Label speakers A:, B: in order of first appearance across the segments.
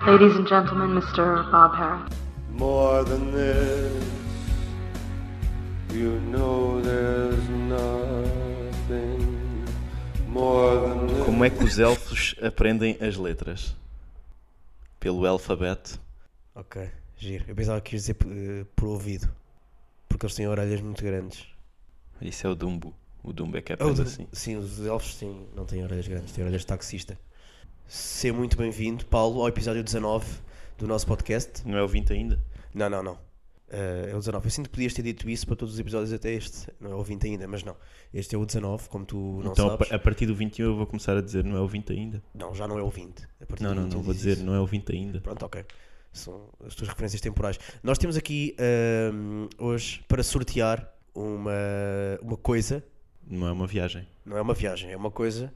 A: Ladies and gentlemen, Mr. Bob Harris.
B: More than this, you know there's nothing more than this.
C: Como é que os elfos aprendem as letras? Pelo alfabeto.
D: Ok, giro. Eu pensava que ias dizer eh, por ouvido. Porque eles têm orelhas muito grandes.
C: Isso é o Dumbo. O Dumbo é que
D: Ah, o
C: aprende
D: do-
C: assim.
D: Sim, os elfos têm, não têm orelhas grandes, têm orelhas de taxista. Seja muito bem-vindo, Paulo, ao episódio 19 do nosso podcast.
C: Não é ouvinte ainda?
D: Não, não, não. Eh, é o 19. Eu sinto que podias ter dito isso para todos os episódios até este. Não é o 20 ainda, mas não. Este é o 19, como tu não
C: então, a
D: sabes.
C: pa- a partir do 21 eu vou começar a dizer não é ouvinte ainda.
D: Não, já não é o 20. A partir
C: Não,
D: do
C: não,
D: 20
C: não
D: diz
C: vou dizer
D: isso.
C: não é ouvinte ainda.
D: Pronto, ok. São as tuas referências temporais. Nós temos aqui ahm, hoje para sortear uma, uma coisa,
C: Não é uma viagem.
D: não é uma viagem, é uma coisa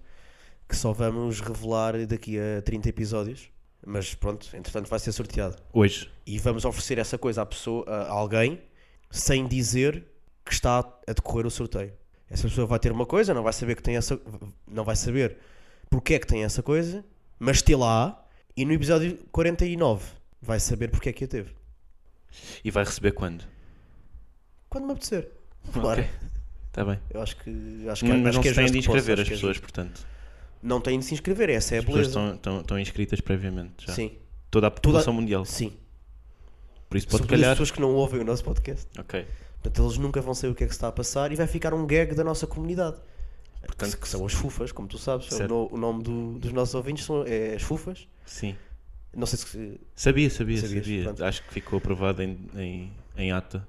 D: que só vamos revelar daqui a 30 episódios. Mas pronto, entretanto vai ser sorteado.
C: Hoje.
D: E vamos oferecer essa coisa à pessoa, a a alguém sem dizer que está a decorrer o sorteio. Essa pessoa vai ter uma coisa, não vai saber que tem essa. Não vai saber porque é que tem essa coisa, mas tê-la há, e no episódio 49 vai saber porque é que a teve.
C: E vai receber quando?
D: Quando me apetecer. Claro.
C: Está Tá bem. Hum,
D: Eu acho que. Acho que
C: Mas
D: acho
C: não
D: que é
C: se têm de
D: justo que possa,
C: inscrever
D: acho
C: as
D: que é
C: pessoas,
D: justo.
C: portanto.
D: Não têm de se inscrever, essa é a
C: As pessoas
D: beleza.
C: estão, estão, estão inscritas previamente já.
D: Sim.
C: Toda a população
D: Toda-
C: mundial.
D: Sim.
C: Por isso pode
D: Sobretudo as
C: calhar.
D: pessoas que não ouvem o nosso podcast.
C: Ok.
D: Portanto, eles nunca vão saber o que é que se está a passar e vai ficar um gag da nossa comunidade.
C: Portanto,
D: que, que são as fufas, como tu sabes. é O,
C: Certo.
D: no- o nome do- dos nossos ouvintes são é, as fufas.
C: Sim.
D: Não sei se.
C: Sabia, sabia,
D: Sabias,
C: sabia.
D: pronto.
C: Acho que ficou aprovado em, em, em ata.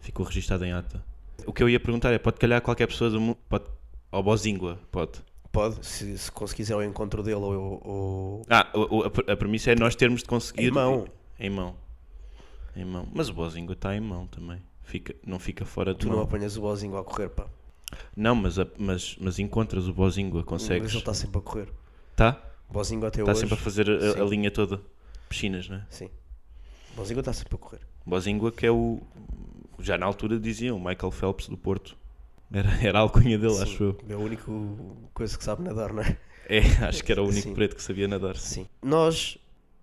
C: Ficou registado em ata. O que eu ia perguntar é: pode calhar qualquer pessoa do mundo. Pode. Ou Bozingua, pode.
D: Pode, se, se conseguires ao encontro dele ou. ou...
C: Ah, o- o- a, pre- a premissa é nós termos de conseguir. tipo,
D: Em mão.
C: Em mão. Em mão. Mas o Bozingua está em mão também. Fica, não fica fora de
D: Tu
C: mão.
D: não é apanhas o Bozingo a correr, pá.
C: Não, mas, a- mas, mas encontras o Bozingua,
D: Mas
C: consegues.
D: ele está sempre a correr.
C: Tá?
D: O Bozingo até
C: Está
D: hoje.
C: sempre a fazer a, a
D: Sim.
C: linha toda. Piscinas, né?
D: Sim. O Bozingo está sempre a correr.
C: Bozingua, que é o. Já na altura diziam, Michael Phelps do Porto. Era, era a alcunha dele, acho eu.
D: É a única coisa que sabe nadar, não é?
C: É, acho que era o único
D: Sim.
C: preto que sabia nadar. sim.
D: Sim. Nós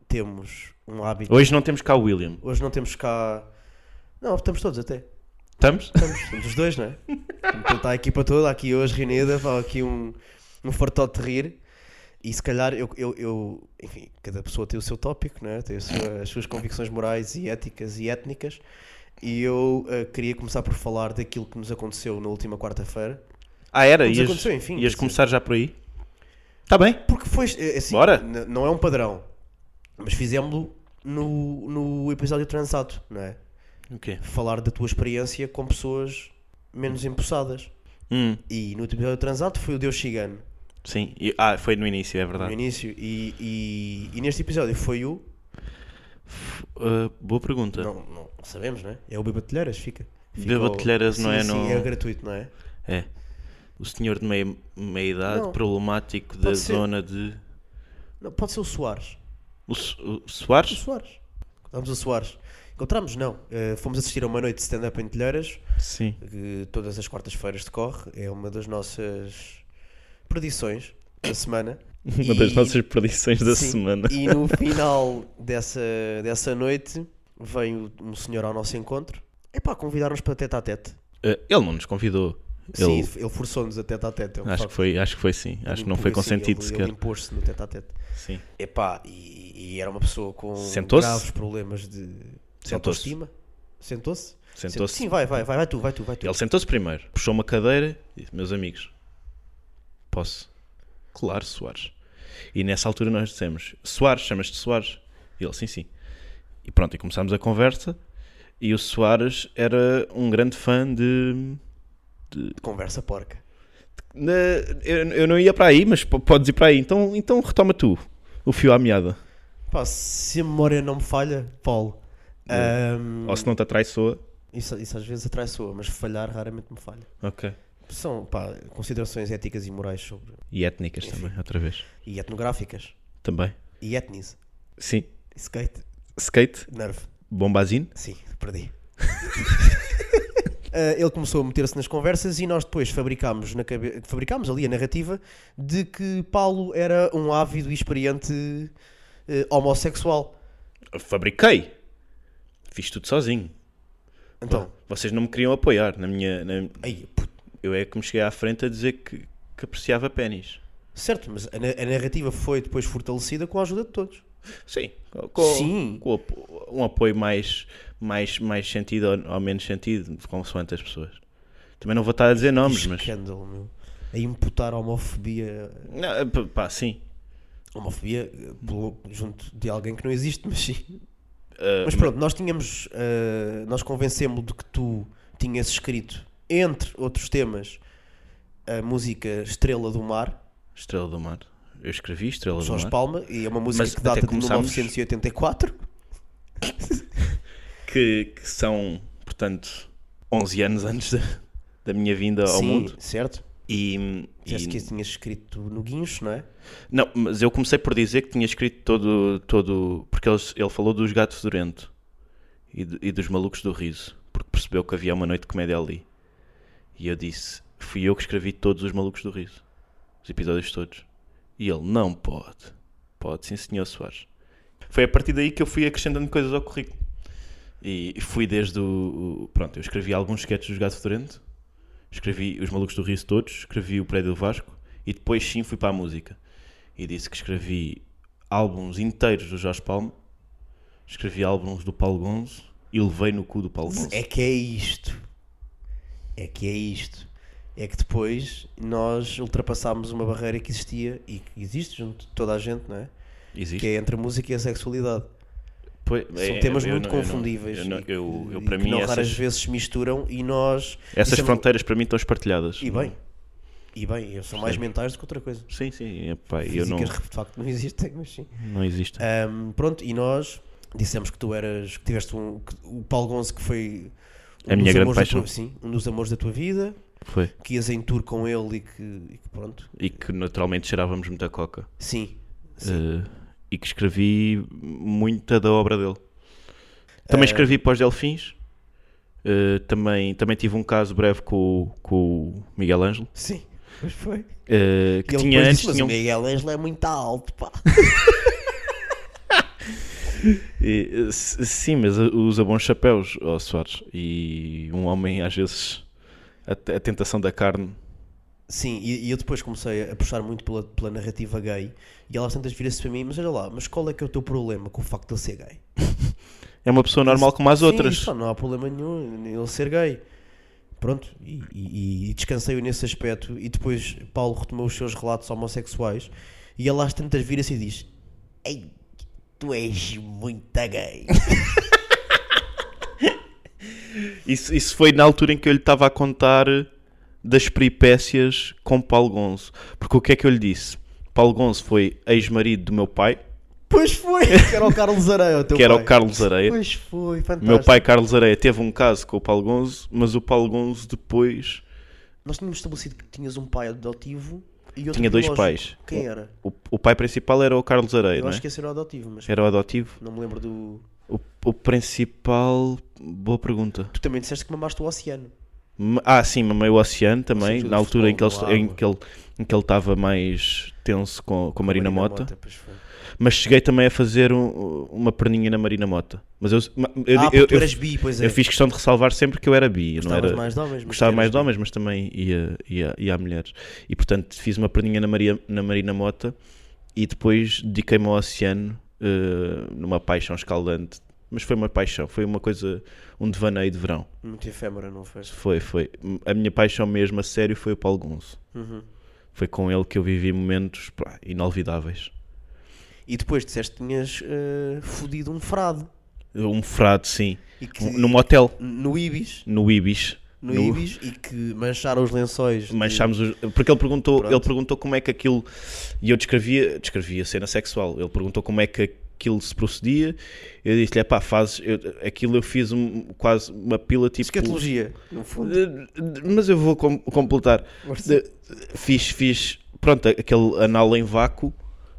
D: temos um hábito.
C: Hoje não temos cá o William.
D: Hoje não temos cá. Não, estamos todos até.
C: Estamos?
D: Estamos, estamos os dois, não é? Então está a equipa toda aqui hoje reunida, vá aqui um, um fartote de rir. E se calhar eu, eu, eu- enfim, cada pessoa tem o seu tópico, não é? tem a sua- as suas convicções morais e éticas e étnicas. E eu eh, queria começar por falar daquilo que nos aconteceu na última quarta-feira.
C: Ah, era?
D: Aconteceu,
C: Ias,
D: aconteceu, enfim,
C: ias
D: aconteceu.
C: começar já por aí? Está bem.
D: Porque foi eh, assim,
C: Bora.
D: n- não é um padrão, mas fizemos-lo no, no episódio transato, não é?
C: O quê?
D: Falar da tua experiência com pessoas menos empossadas.
C: Hum,
D: E no episódio transato foi o Deus Chigano.
C: sim. E- ah, foi no início, é
D: no
C: verdade.
D: início e, e- e neste episódio foi o
C: Ah, boa pergunta.
D: não, não sabemos, não é? É o Bebatilheiras, fica. fica
C: Beba
D: o-
C: Telheiras não
D: Sim,
C: é
D: Sim,
C: no-
D: é gratuito, não é?
C: É. O senhor de meia, meia idade,
D: Não.
C: problemático da
D: Pode ser.
C: zona de.
D: Não, pode ser o Soares.
C: O, Su- o
D: O
C: Soares?
D: Soares. Encontramos o Soares. Encontramos, não. Eh, fomos assistir a uma noite de stand-up em Telheiras,
C: Sim.
D: que todas as quartas-feiras decorre. É uma das nossas predições da semana.
C: Uma
D: E- das nossas
C: predições
D: Sim, E no final dessa, dessa noite veio um senhor ao nosso encontro. É pá, convidar-nos para tete a tete.
C: ah, ele não nos convidou.
D: Sim,
C: Ele,
D: ele forçou-nos a tete a tete. é um
C: acho, que foi, acho que foi sim. Acho que não foi consentido
D: assim, ele,
C: sequer.
D: Ele impôs-se no tete a tete.
C: Sim.
D: Epá, e, e era uma pessoa com
C: Sentou-se?
D: graves problemas de, de
C: Sentou-se.
D: autoestima. Sentou-se?
C: Sentou-se.
D: Sim, vai, vai, vai, vai tu, vai tu, vai tu.
C: Ele sentou-se primeiro, puxou uma cadeira e disse: Meus amigos, posso? Claro, Soares. E nessa altura nós dissemos: Soares, chamas-te Soares? E ele: Sim, sim. E pronto, e começámos a conversa. E o Soares era um grande fã de.
D: Conversa porca.
C: Na- Eu, eu não ia para aí, mas p- podes ir para aí. Então, então retoma tu o fio à meada.
D: Pá, se a memória não me falha, Paulo. ahm,
C: Ou se não te atraiçoa.
D: isso, isso às vezes atrai soa, mas falhar raramente me falha.
C: Ok.
D: São, pá, considerações éticas e morais sobre.
C: E étnicas também, outra vez.
D: e etnográficas.
C: Também.
D: E etnis.
C: Sim.
D: Skate.
C: Skate,
D: Nerve.
C: bombazine.
D: Sim, perdi. Ah, ele começou a meter-se nas conversas e nós depois fabricámos, na cabe... fabricámos ali a narrativa de que Paulo era um ávido e experiente eh, homossexual.
C: Eu fabriquei. Fiz tudo sozinho.
D: Então,
C: Vocês não me queriam apoiar na minha. na-
D: aí, puto,
C: Eu é que me cheguei à frente a dizer que, que apreciava pênis.
D: certo, mas a, na- a narrativa foi depois fortalecida com a ajuda de todos.
C: Sim. Com,
D: Sim.
C: com apo- um apoio mais, mais, mais sentido ou, ou menos sentido, consoante as pessoas. Também não vou estar a dizer nomes, mas.
D: Escândalo, meu. A imputar homofobia,
C: Não, p- pá, sim.
D: homofobia eh, pelo- junto de alguém que não existe, mas sim.
C: Ah,
D: Mas pronto, nós tínhamos, eh, nós convencemos de que tu tinhas escrito, entre outros temas, a música Estrela do Mar,
C: Estrela do Mar. Eu escrevi Estrela do
D: Jorge
C: Mar.
D: Palma, e é uma música
C: Mas
D: que
C: até
D: data de
C: começámos-
D: 1984.
C: Que, que são, portanto, 11 anos antes da, da minha vinda ao
D: Sim, é
C: mundo.
D: certo?
C: E, e-
D: Disseste que tinhas escrito no Guincho, não é?
C: Não, mas eu comecei por dizer que tinha escrito todo. todo porque eles- ele falou dos gatos fedorento e, do- e dos malucos do riso, porque percebeu que havia uma noite de comédia ali. E eu disse: fui eu que escrevi todos os malucos do riso, os episódios todos. E ele: não pode, pode, sim, senhor Soares. Foi a partir daí que eu fui acrescentando coisas ao currículo. E fui desde o. o- Pronto, eu escrevi alguns sketches dos gatos fedorento, escrevi os malucos do riso todos, escrevi o prédio do Vasco e depois sim fui para a música e disse que escrevi álbuns inteiros do Jorge Palma, escrevi álbuns do Paulo Gonzo e levei no cu do Paulo Gonzo.
D: É que é isto. É que é isto. É que depois nós ultrapassámos uma barreira que existia e que existe junto de toda a gente, não é? Que
C: Existe?
D: é entre a música e a sexualidade.
C: Pois,
D: São
C: é,
D: temas
C: eu
D: muito
C: não- eu não-
D: confundíveis.
C: Eu, não-
D: e que-
C: eu- eu,
D: e
C: para
D: que
C: mim,
D: não raras
C: essas,
D: vezes se misturam e nós.
C: essas
D: isso é-
C: fronteiras para mim estão espartilhadas.
D: E bem, e bem, eu sou mais mentais do que outra coisa.
C: Sim, sim, epá, eu
D: Físicas
C: não,
D: de facto não existem, mas sim.
C: não existe.
D: Ahm, pronto, e nós dissemos que tu eras, que tiveste um, que o Paulo Gonzo que foi um
C: A minha
D: dos
C: grande
D: amores da
C: paixão.
D: tua- sim, um dos amores da tua vida,
C: Foi.
D: que ias em tour com ele e que, e que pronto,
C: E que naturalmente cheirávamos muita coca.
D: sim.
C: Eh, e que escrevi muita da obra dele.
D: Ah.
C: Também escrevi para os Delfins. Eh, também, também tive um caso breve com, o- com o Miguel Ângelo.
D: Sim, mas foi.
C: eh, que
D: ele
C: tinha
D: depois
C: antes.
D: disse, mas
C: tinha um-
D: o Miguel Ângelo é muito alto, pá.
C: Eh, eh, s- Sim, mas eh, usa bons chapéus, ó Soares. E um homem, às vezes, a, te- a tentação da carne.
D: Sim, e, e eu depois comecei a puxar muito pela, pela narrativa gay e ela às tantas vira-se para mim, mas olha lá, mas qual é que é o teu problema com o facto de ele ser gay?
C: É uma pessoa normal como as
D: Sim,
C: outras.
D: isso, não há problema nenhum em ele ser gay. Pronto, e, e, e descansei nesse aspecto. E depois Paulo retomou os seus relatos homossexuais e ele às tantas vira-se e diz: Ei, tu és muito gay.
C: Isso, isso foi na altura em que eu lhe estava a contar das peripécias com Paulo Gonzo. Porque o que é que eu lhe disse? Paulo Gonzo foi ex-marido do meu pai,
D: pois foi, que era o Carlos Areia, o teu
C: que era
D: pai.
C: o Carlos Areia.
D: Pois tá foi,
C: O
D: fantástico.
C: meu pai, Carlos Areia, teve um caso com o Paulo Gonzo, mas o Paulo Gonzo depois.
D: Nós tínhamos estabelecido que tinhas um pai adotivo e outro
C: Tinha dois
D: biológico.
C: pais.
D: Quem era?
C: O, o pai principal era o Carlos Areia,
D: Eu
C: não é?
D: acho que esse era o adotivo, mas
C: Era o adotivo.
D: não me lembro do.
C: O, o principal. Boa pergunta.
D: Tu também disseste que mamaste o oceano.
C: Ma- Ah, sim, mamei o Oceano também,
D: Sentido
C: na
D: do
C: altura em que, ele,
D: futebol, da
C: est- em
D: água.
C: que ele em que ele estava mais tenso com, com a Marina, Mota.
D: pois foi.
C: Mas cheguei também a fazer um- uma perninha na Marina Mota. Mas eu, ma- eu, di-
D: ah, porque
C: eu,
D: tu
C: eu-
D: eras bi, pois é.
C: eu fiz questão de ressalvar sempre que eu era bi. eu não
D: Gostavas
C: era,
D: mais de homens. é? mas
C: gostava
D: tu
C: mais
D: eras
C: de homens, mas também ia, ia, ia a mulheres. E portanto fiz uma perninha na, Maria, na Marina Mota e depois dediquei-me ao Oceano eh, numa paixão escaldante. Mas foi uma paixão, foi uma coisa, um devaneio de verão.
D: Muito efêmera, não foi?
C: Foi, foi. A minha paixão mesmo a sério foi o Paulo Gonzo.
D: Uhum.
C: Foi com ele que eu vivi momentos pá, inolvidáveis.
D: E depois disseste que tinhas eh, fodido um frado.
C: Um frado, sim.
D: E que,
C: Um- Num hotel,
D: No Ibis.
C: no Ibis.
D: No,
C: No-
D: Ibis. E que mancharam os lençóis. de-
C: Manchámos os... Porque ele perguntou,
D: Pronto.
C: ele perguntou como é que aquilo. E eu descrevia, descrevia a cena sexual. Ele perguntou como é que aquilo se procedia. Eu disse-lhe: pá, fazes. eu- aquilo eu fiz um- quase uma pila tipo.
D: Escatologia. No fundo.
C: Eh, Mas eu vou com- completar.
D: Força.
C: Eh, Fiz, fiz, pronto, aquele anal em vácuo.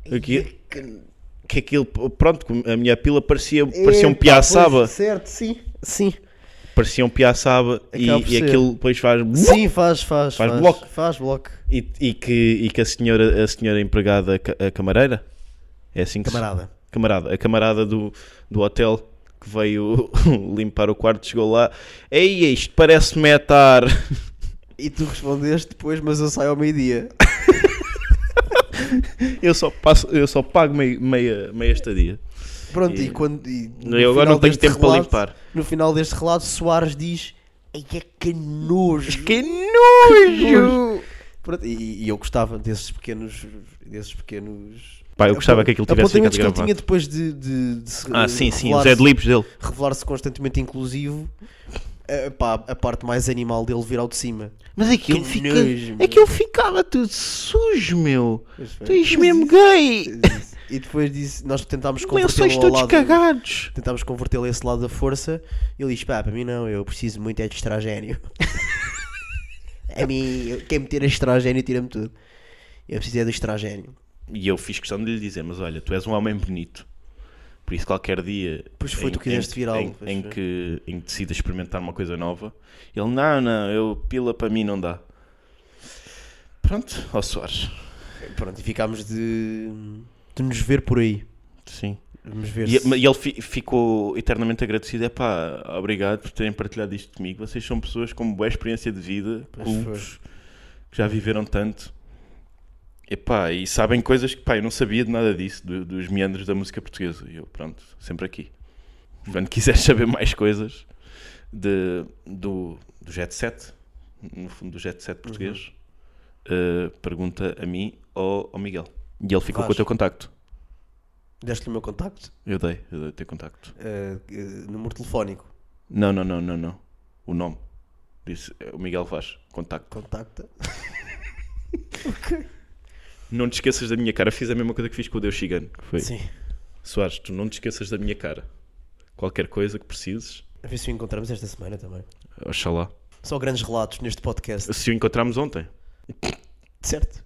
D: é
C: Aqui, que aquilo, pronto, que a minha pila parecia, parecia um
D: Epá,
C: piaçaba.
D: pois, Certo, sim. Sim.
C: Parecia um piaçaba e,
D: Acaba por
C: e
D: ser.
C: aquilo depois faz.
D: Sim, faz, faz.
C: Faz bloco.
D: Faz bloco.
C: E, e que, e que a, senhora, a senhora empregada, ca- a camareira, é assim que se-
D: Camarada.
C: Camarada, a camarada do, do hotel que veio limpar o quarto chegou lá. Ei, isto parece metar.
D: E tu respondeste depois, mas eu saio ao meio-dia.
C: Eu só, passo, eu só pago meia, meia, meia estadia.
D: Pronto, e,
C: E-
D: quando. e no
C: Eu agora
D: final
C: não tenho
D: deste
C: tempo para
D: relato-
C: limpar.
D: No final deste relato, Soares diz: Ei, que é que nojo!
C: Que nojo!
D: Pronto, e, e eu gostava desses pequenos. desses pequenos.
C: Pá, eu gostava que aquilo tivesse
D: Apontamentos
C: ficado
D: que ele tinha
C: gravado.
D: depois de. de- de se-
C: Ah, sim, sim, os
D: revelar-se-
C: adlibs dele.
D: Revelar-se constantemente inclusivo. eh, pá, a parte mais animal dele vir ao de cima.
C: Mas aquilo
D: Que nojo, meu.
C: eu ficava tudo sujo, meu.
D: Pois foi.
C: és mesmo gay.
D: E depois disse: Nós tentámos
C: Como eu sois
D: convertê-lo ao
C: todos
D: lado.
C: cagados.
D: Tentámos convertê-lo a esse lado da força. Ele diz: pá, para mim não, eu preciso muito é de estrogénio. a mim, eu- quem me tira estrogénio, tira-me tudo. Eu preciso é do estrogénio.
C: E eu fiz questão de lhe dizer, mas olha, tu és um homem bonito. Por isso qualquer dia...
D: Pois foi,
C: em-
D: tu quiseste
C: em-
D: virá-lo,
C: Em,
D: pois
C: em
D: foi.
C: que, em que decida experimentar uma coisa nova. Ele, não, não, eu pila para mim não dá. Pronto, ó Soares.
D: Pronto, e ficámos de, de nos ver por aí.
C: Sim.
D: Vamos ver.
C: E, é,
D: se-
C: mas ele fi- ficou eternamente agradecido. É pá, obrigado por terem partilhado isto comigo. Vocês são pessoas com boa experiência de vida,
D: Pois
C: cultos, que já viveram tanto. Epá, e sabem coisas que pá, eu não sabia de nada disso, do- dos meandros da música portuguesa. E eu, pronto, sempre aqui. Quando quiseres saber mais coisas de- do, do Jet Set, no fundo do Jet
D: Uhum.
C: Set português, eh, pergunta a mim ou ao Miguel. E ele ficou com o
D: Vasco.
C: teu contacto.
D: Deste-lhe o meu contacto,
C: Eu dei, eu dei o teu contacto.
D: eh, eh, número telefónico.
C: Não, não, não, não, não. O nome. Disse é, o Miguel Vaz. Contacto.
D: Contacta.
C: Não te esqueças da minha cara. Fiz a mesma coisa que fiz com o Deus Chigano. Que foi.
D: Sim.
C: Soares, tu não te esqueças da minha cara. Qualquer coisa que precises,
D: A ver se o encontramos esta semana também.
C: oxalá.
D: Só grandes relatos neste podcast,
C: Se o encontramos ontem.
D: certo?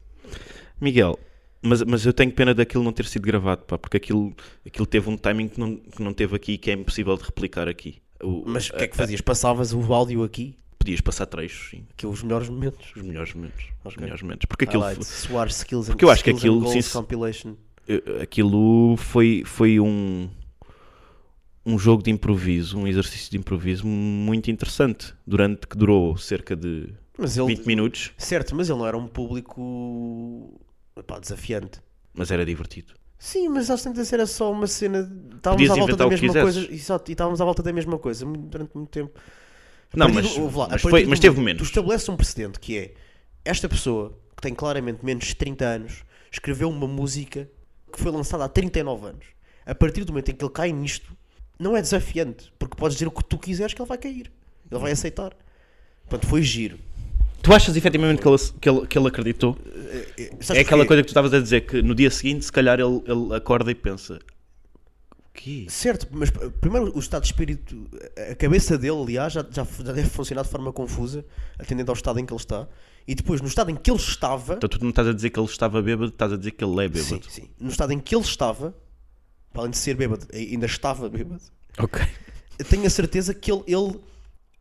C: Miguel, mas, mas eu tenho pena daquilo não ter sido gravado, pá, porque aquilo, aquilo teve um timing que não, que não teve aqui e que é impossível de replicar aqui. O-
D: Mas o que é que
C: a- a-
D: fazias? Passavas o áudio aqui,
C: Podias passar trechos, sim.
D: que é os melhores momentos.
C: Os melhores momentos. Os
D: Ok.
C: melhores momentos. Porque aquilo,
D: Highlights, Soares Skills and-
C: Porque eu acho que
D: Skills and
C: aquilo,
D: Goals
C: sim, se-
D: compilation.
C: Eh, aquilo foi, foi um, um jogo de improviso, um exercício de improviso muito interessante, durante que durou cerca de
D: Mas
C: 20
D: ele,
C: minutos,
D: certo, mas ele não era um público pá, desafiante.
C: mas era divertido.
D: Sim, mas às tantas era só uma cena. de- Estávamos
C: Podias
D: à volta
C: inventar
D: da
C: o que
D: mesma
C: quisesses.
D: coisa. Exato, e estávamos à volta da mesma coisa mu- durante muito tempo. A
C: Não,
D: partir
C: mas-
D: do- ouve lá, a
C: mas
D: partir
C: foi-
D: do
C: mas teve
D: momento que
C: menos.
D: Tu estabeleces um precedente que é esta pessoa que tem claramente menos de 30 anos escreveu uma música que foi lançada há 39 anos. A partir do momento em que ele cai nisto, não é desafiante, porque podes dizer o que tu quiseres que ele vai cair. Ele vai aceitar. Portanto, foi giro.
C: Tu achas efetivamente que ele, que ele, que ele acreditou?
D: Eh, Sabes
C: é aquela
D: porquê?
C: coisa que tu estavas a dizer, que no dia seguinte, se calhar, ele, ele acorda e pensa: O quê?
D: Certo, mas p- primeiro o estado de espírito, a- a cabeça dele, aliás, já, já, f- já deve funcionar de forma confusa, atendendo ao estado em que ele está. E depois, no estado em que ele estava,
C: Então tu não estás a dizer que ele estava bêbado, estás a dizer que ele é
D: sim,
C: bêbado.
D: sim, no estado em que ele estava, para além de ser bêbado, a- ainda estava bêbado,
C: Ok.
D: eu tenho a certeza que ele, ele,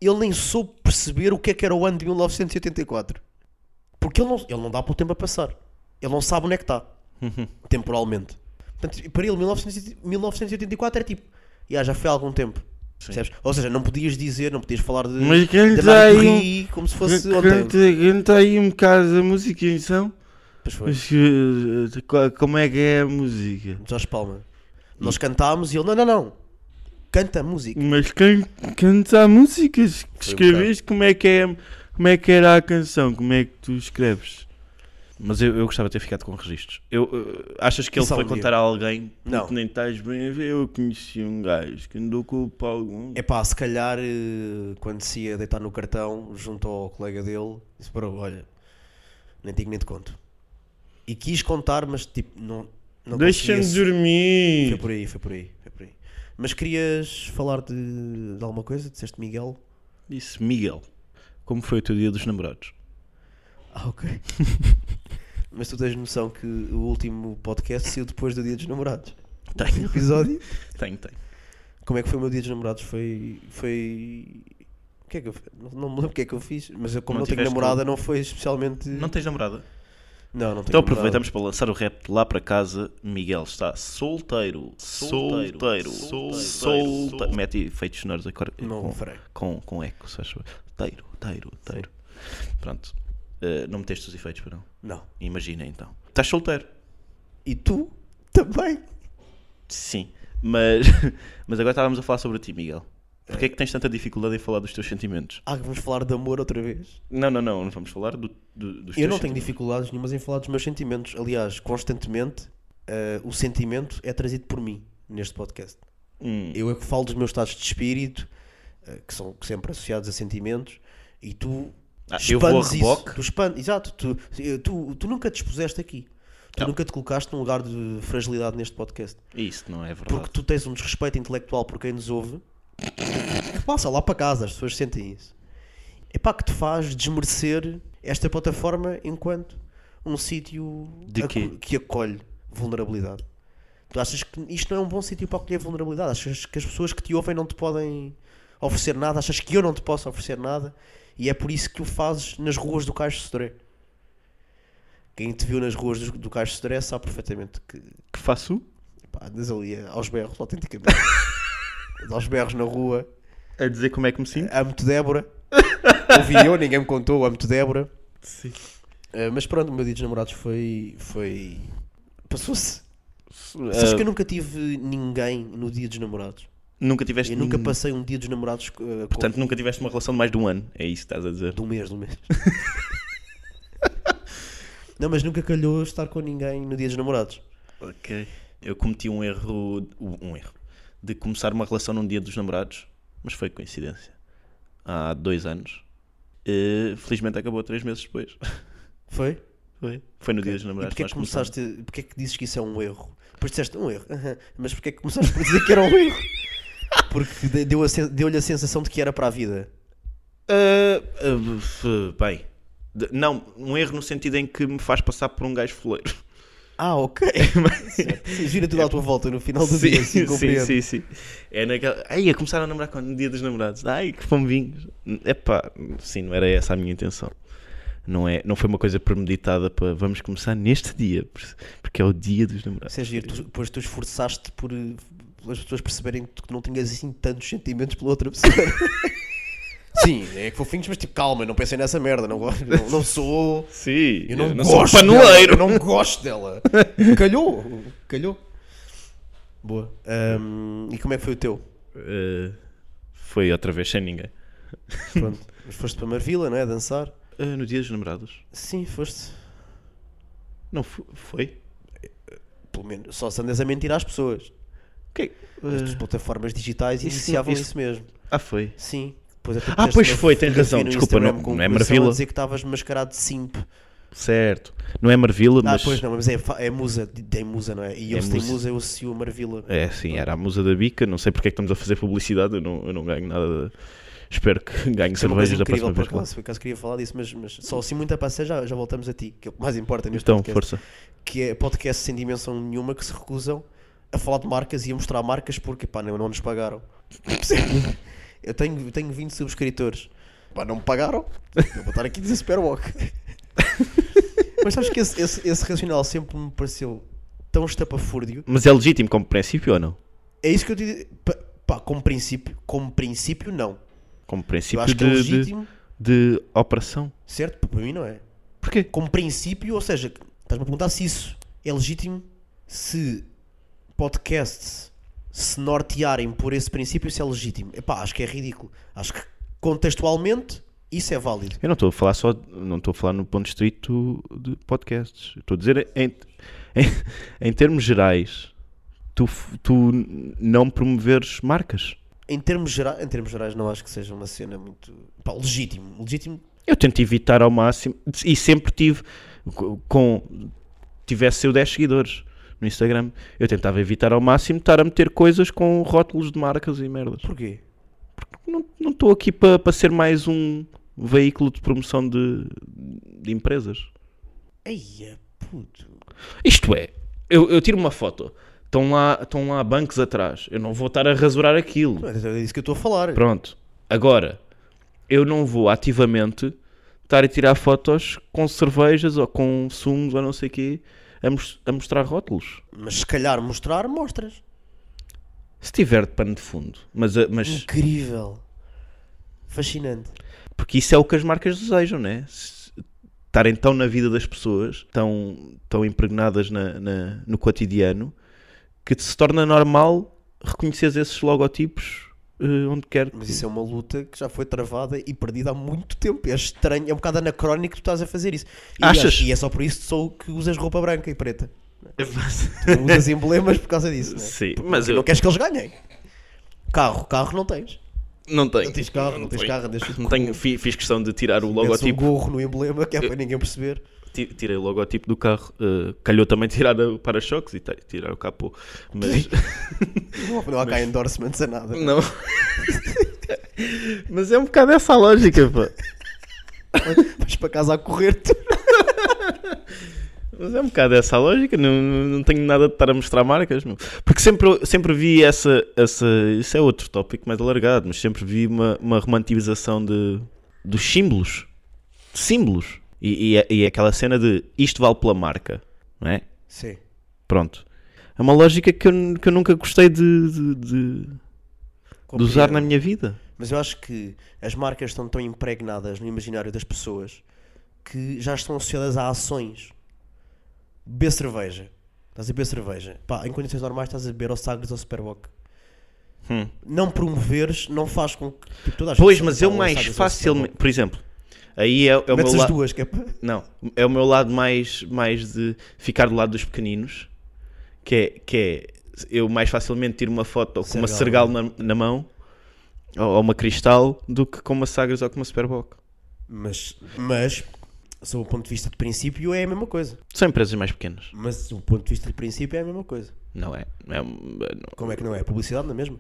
D: ele nem soube perceber o que é que era o ano de 1984. Porque ele não, ele não dá para o tempo a passar. Ele não sabe onde é que está,
E: Uhum.
D: temporalmente. Portanto, para ele, 1900 1984 era tipo, "Ya, já foi há algum tempo. Percebes? Ou seja, não podias dizer, não podias falar de,
E: Mas quem
D: de
E: está aí?
D: Marie como se fosse ontem.
E: Canta aí um bocado então. da música em são,
D: Pois foi.
E: mas eh, qual- como é que é a música?
D: Jorge Palma. Nós cantámos e ele, não, não, não. Canta a música.
E: Mas quem canta a música, es- escreveste como é que é, como é que era a canção, como é que tu escreves?
C: Mas eu, eu gostava de ter ficado com registros. Eu, eh, achas que ele
D: Isso
C: foi
D: algum dia.
C: contar a alguém?
D: Não.
E: Tu nem estás bem a ver, eu conheci um gajo que andou com o pau algum.
D: É pá, se calhar eh, quando se ia deitar no cartão, junto ao colega dele, disse: Bro, olha, nem digo nem te conto. E quis contar, mas tipo, não. não
E: Deixa-me
D: conseguia- Foi
E: dormir.
D: por aí, foi por aí, foi por aí. Mas querias falar de, de alguma coisa? Disseste Miguel?
C: Disse Miguel. Como foi o teu dia dos namorados?
D: Ah, ok. mas tu tens noção que o último podcast saiu depois do Dia dos Namorados.
C: Tenho.
D: Episódio?
C: Tenho, tenho.
D: Como é que foi o meu dia dos namorados? Foi. Foi. O que é que eu fiz? Não, não me lembro o que é que eu fiz, mas eu, como
C: Não
D: não, tenho
C: tiveste
D: namorada, não foi especialmente.
C: Não tens namorada?
D: Não, não tem
C: Então
D: como dar.
C: aproveitamos para lançar o rap de lá para casa. Miguel está solteiro. Solteiro. Solteiro. Solteiro. Mete efeitos sonoros agora.
D: Não
C: com,
D: farei.
C: com, com eco, se faz favor. Teiro, teiro, teiro. Pronto. Eh, não meteste os efeitos, para não.
D: Não.
C: Imagina então. Estás solteiro.
D: E tu também.
C: Sim. Mas, mas agora estávamos a falar sobre ti, Miguel. Porquê é que tens tanta dificuldade em falar dos teus sentimentos?
D: Ah, vamos falar de amor outra vez?
C: Não, não, não. Não vamos falar do, do- dos teus
D: Eu não tenho
C: sentimentos.
D: dificuldades nenhumas em falar dos meus sentimentos. Aliás, constantemente eh, o sentimento é trazido por mim neste podcast.
C: Hum.
D: Eu é que falo dos meus estados de espírito, eh, que são sempre associados a sentimentos, e tu
C: Ah, eu vou a
D: expandes
C: reboque.
D: Isso. Tu expandes, exato, tu, eu- tu, tu nunca te expuseste aqui. Tu
C: Tá.
D: nunca te colocaste num lugar de fragilidade neste podcast.
C: Isso não é verdade.
D: Porque tu tens um desrespeito intelectual por quem nos ouve que passa lá para casa, as pessoas sentem isso. É pá, que te faz desmerecer esta plataforma enquanto um sítio
C: De
D: aco-
C: quê?
D: que acolhe vulnerabilidade. Tu achas que isto não é um bom sítio para acolher vulnerabilidade? Achas que as pessoas que te ouvem não te podem oferecer nada? Achas que eu não te posso oferecer nada? E é por isso que o fazes nas ruas do Caixo de Sodré. Quem te viu nas ruas do, do Caixo de Sodré sabe perfeitamente que
C: Que faço?
D: Pá, andas ali aos berros, autenticamente. aos berros na rua.
C: A dizer como é que me sinto?
D: Amo-te, Débora. Ouvi eu, ninguém me contou. Amo-te, Débora.
E: Sim.
D: Eh, mas pronto, o meu dia dos namorados foi. foi... Passou-se. Sabes
C: Ah,
D: que eu nunca tive ninguém no dia dos namorados.
C: Nunca tiveste.
D: Eu nunca
C: nenhum-
D: passei um dia dos namorados eh, com-
C: Portanto, nunca tiveste uma relação de mais de um ano. É isso que estás a dizer.
D: de um mês, de um mês. Não, mas nunca calhou estar com ninguém no dia dos namorados.
C: Ok. Eu cometi um erro. Um erro. De começar uma relação num dia dos namorados. Mas foi coincidência. Há dois anos. Eh, felizmente acabou três meses depois.
D: Foi?
C: Foi. Foi no dia dos
D: E
C: namorados.
D: porquê é
C: nós
D: que
C: começamos.
D: começaste, porquê é que dizes que isso é um erro? Depois disseste um erro, aham, mas porquê é que começaste por dizer que era um erro? Porque de- deu a sen- deu-lhe a sensação de que era para a vida.
C: Ah, ah, f- bem. De- não, um erro no sentido em que me faz passar por um gajo foleiro.
D: Ah, ok. Certo. Sim, gira tudo à tua volta no final do dia, assim,
C: sim,
D: compreendo.
C: sim, sim. É naquela. Ai, a começar a namorar quando? No dia dos namorados. Ai, que pombinhos. Epá, sim, não era essa a minha intenção. Não, é, não foi uma coisa premeditada para vamos começar neste dia, por- porque é o dia dos namorados.
D: Isso é giro, tu- depois tu esforçaste por eh, pelas pessoas perceberem que tu não tinhas assim tantos sentimentos pela outra pessoa. sim, é que fofinhos, mas tipo, calma, não pensei nessa merda, não, gosto- não, não sou...
C: Sim,
D: Eu não,
C: sou
D: gosto dela,
C: paneleiro.
D: eu não gosto dela. calhou, calhou. Boa. Ahm, e como é que foi o teu?
C: Eh, foi outra vez sem ninguém.
D: Pronto, mas foste para Marvila, não é? Dançar?
C: Eh, no dia dos namorados?
D: Sim, foste.
C: Não, fo- foi.
D: Pelo menos, só se andas a mentir às pessoas.
C: Ok.
D: Estas
C: Eh,
D: plataformas digitais
C: isso-
D: iniciavam
C: isso-
D: isso, mesmo.
C: ah, foi.
D: Sim. Depois até
C: Ah,
D: puseste
C: pois
D: uma
C: foi, tens razão,
D: fotografia no
C: desculpa,
D: Instagram
C: não-
D: com
C: não é
D: coração a
C: Marvila.
D: dizer que estavas mascarado de simp.
C: Certo. Não é Marvila,
D: Ah,
C: mas.
D: pois não, mas é, fa- é musa, tem musa, não é? E eu
C: É
D: se tem
C: musa.
D: musa, eu associo a Marvila.
C: É, sim, era a musa da bica. Não sei porque é que estamos a fazer publicidade. Eu não, eu não ganho nada. de- Espero que ganhe
D: É uma coisa
C: cervejas da próxima
D: incrível, por
C: vez. que lá-
D: acaso, por acaso queria falar disso, mas, mas só assim muita passagem já, já voltamos a ti, que é o que mais importa neste
C: Então,
D: podcast.
C: força.
D: Que é podcast sem dimensão nenhuma que se recusam a falar de marcas e a mostrar marcas porque, pá, não, não nos pagaram. eu tenho, tenho 20 subscritores. Pá, não me pagaram, eu vou estar aqui a dizer Superwalk. mas sabes que esse, esse, esse racional sempre me pareceu tão estapafúrdio
C: Mas é legítimo como princípio ou não?
D: é isso que eu te digo. Pá, Pá, como princípio, como princípio, não.
C: Como
D: Eu
C: princípio
D: acho que é
C: de, de,
D: legítimo.
C: de operação.
D: Certo? Para mim não é.
C: Porquê?
D: Como princípio, ou seja, estás-me a perguntar se isso é legítimo, se podcasts se nortearem por esse princípio, isso é legítimo. Epá, acho que é ridículo. Acho que contextualmente isso é válido.
C: Eu não estou a falar só, não estou a falar no ponto estrito de podcasts. Eu Estou a dizer em, em, em termos gerais, tu, f- tu não promoveres marcas.
D: Em termos, gera... em termos gerais, não acho que seja uma cena muito. Pá, legítimo. Legítimo.
C: Eu tento evitar ao máximo e sempre tive co- com tivesse eu 10 seguidores no Instagram, eu tentava evitar ao máximo estar a meter coisas com rótulos de marcas e merdas.
D: Porquê?
C: Não não estou aqui para ser mais um veículo de promoção de, de empresas.
D: Eia, puto.
C: Isto é, eu, eu tiro uma foto, estão lá, estão lá bancos atrás, eu não vou estar a rasurar aquilo.
D: Não, É disso que eu estou a falar.
C: Pronto. Agora, eu não vou ativamente
E: estar a tirar fotos com cervejas ou com sumos ou não sei o quê a, mos- a mostrar rótulos.
D: Mas se calhar mostrar, mostras.
C: Se tiver de pano de fundo, mas, a- mas
D: Incrível. Fascinante.
C: porque isso é o que as marcas desejam, né? Se- Estarem tão na vida das pessoas, tão, tão impregnadas na, na- no cotidiano, que se torna normal reconhecer esses logotipos eh, onde quer.
D: Mas isso é uma luta que já foi travada e perdida há muito tempo. É estranho, é um bocado anacrónico que tu estás a fazer isso. E,
C: Achas?
D: E é só por isso que sou que usas roupa branca e preta. Tu usas emblemas por causa disso. Não, é?
C: Sim, mas
D: Porque
C: eu
D: não queres que eles ganhem. Carro, carro não tens.
C: não tenho.
D: Não tens carro, não, tens carro, deixa
C: Não tenho, fi- fiz questão de tirar o
D: Metes um
C: logotipo.
D: gorro no emblema que é para ninguém perceber.
C: Ti- Tirei o logotipo do carro. eh, calhou também tirar o para-choques e ti- tirar o capô. Mas.
D: Não, há- não há cá endorsements a nada.
C: Não. Mas é um bocado essa a lógica, pá.
D: Vais para casa a correr. tu.
C: Mas é um bocado essa a lógica. Não, não não tenho nada de estar a mostrar marcas. meu. Porque sempre, sempre vi essa, essa. Isso é outro tópico mais alargado, mas sempre vi uma, uma romantização de, dos símbolos. Símbolos. E, e, é- e é aquela cena de isto vale pela marca, não é?
D: Sim.
C: Pronto. É uma lógica que eu, n- que eu nunca gostei de, de- de- de usar na minha vida.
D: Mas eu acho que as marcas estão tão impregnadas no imaginário das pessoas que já estão associadas a ações. Beber cerveja. Estás a beber cerveja. Pá, em condições normais estás a beber ao Sagres ou Superboc. Não promoveres não faz com que tipo, toda a gente
C: Hum. Pois,
D: saiba
C: mas eu
D: qual é o
C: mais
D: Sagres ou o
C: facilmente.
D: Superboc.
C: Por exemplo, aí é, é o meu
D: Metes as
C: lado.
D: duas, que é para...
C: Não, é o meu lado mais, mais de ficar do lado dos pequeninos, que é, que é eu mais facilmente tiro uma foto com uma
D: Sergal.
C: sergal na, na mão ou, ou uma cristal do que com uma Sagres ou com uma Superboc.
D: Mas, mas, sob o ponto de vista de princípio, é a mesma coisa.
C: São empresas mais pequenas,
D: Mas, do ponto de vista de princípio, é a mesma coisa.
C: não é? É um- não-
D: Como é que não é? Publicidade não é mesmo?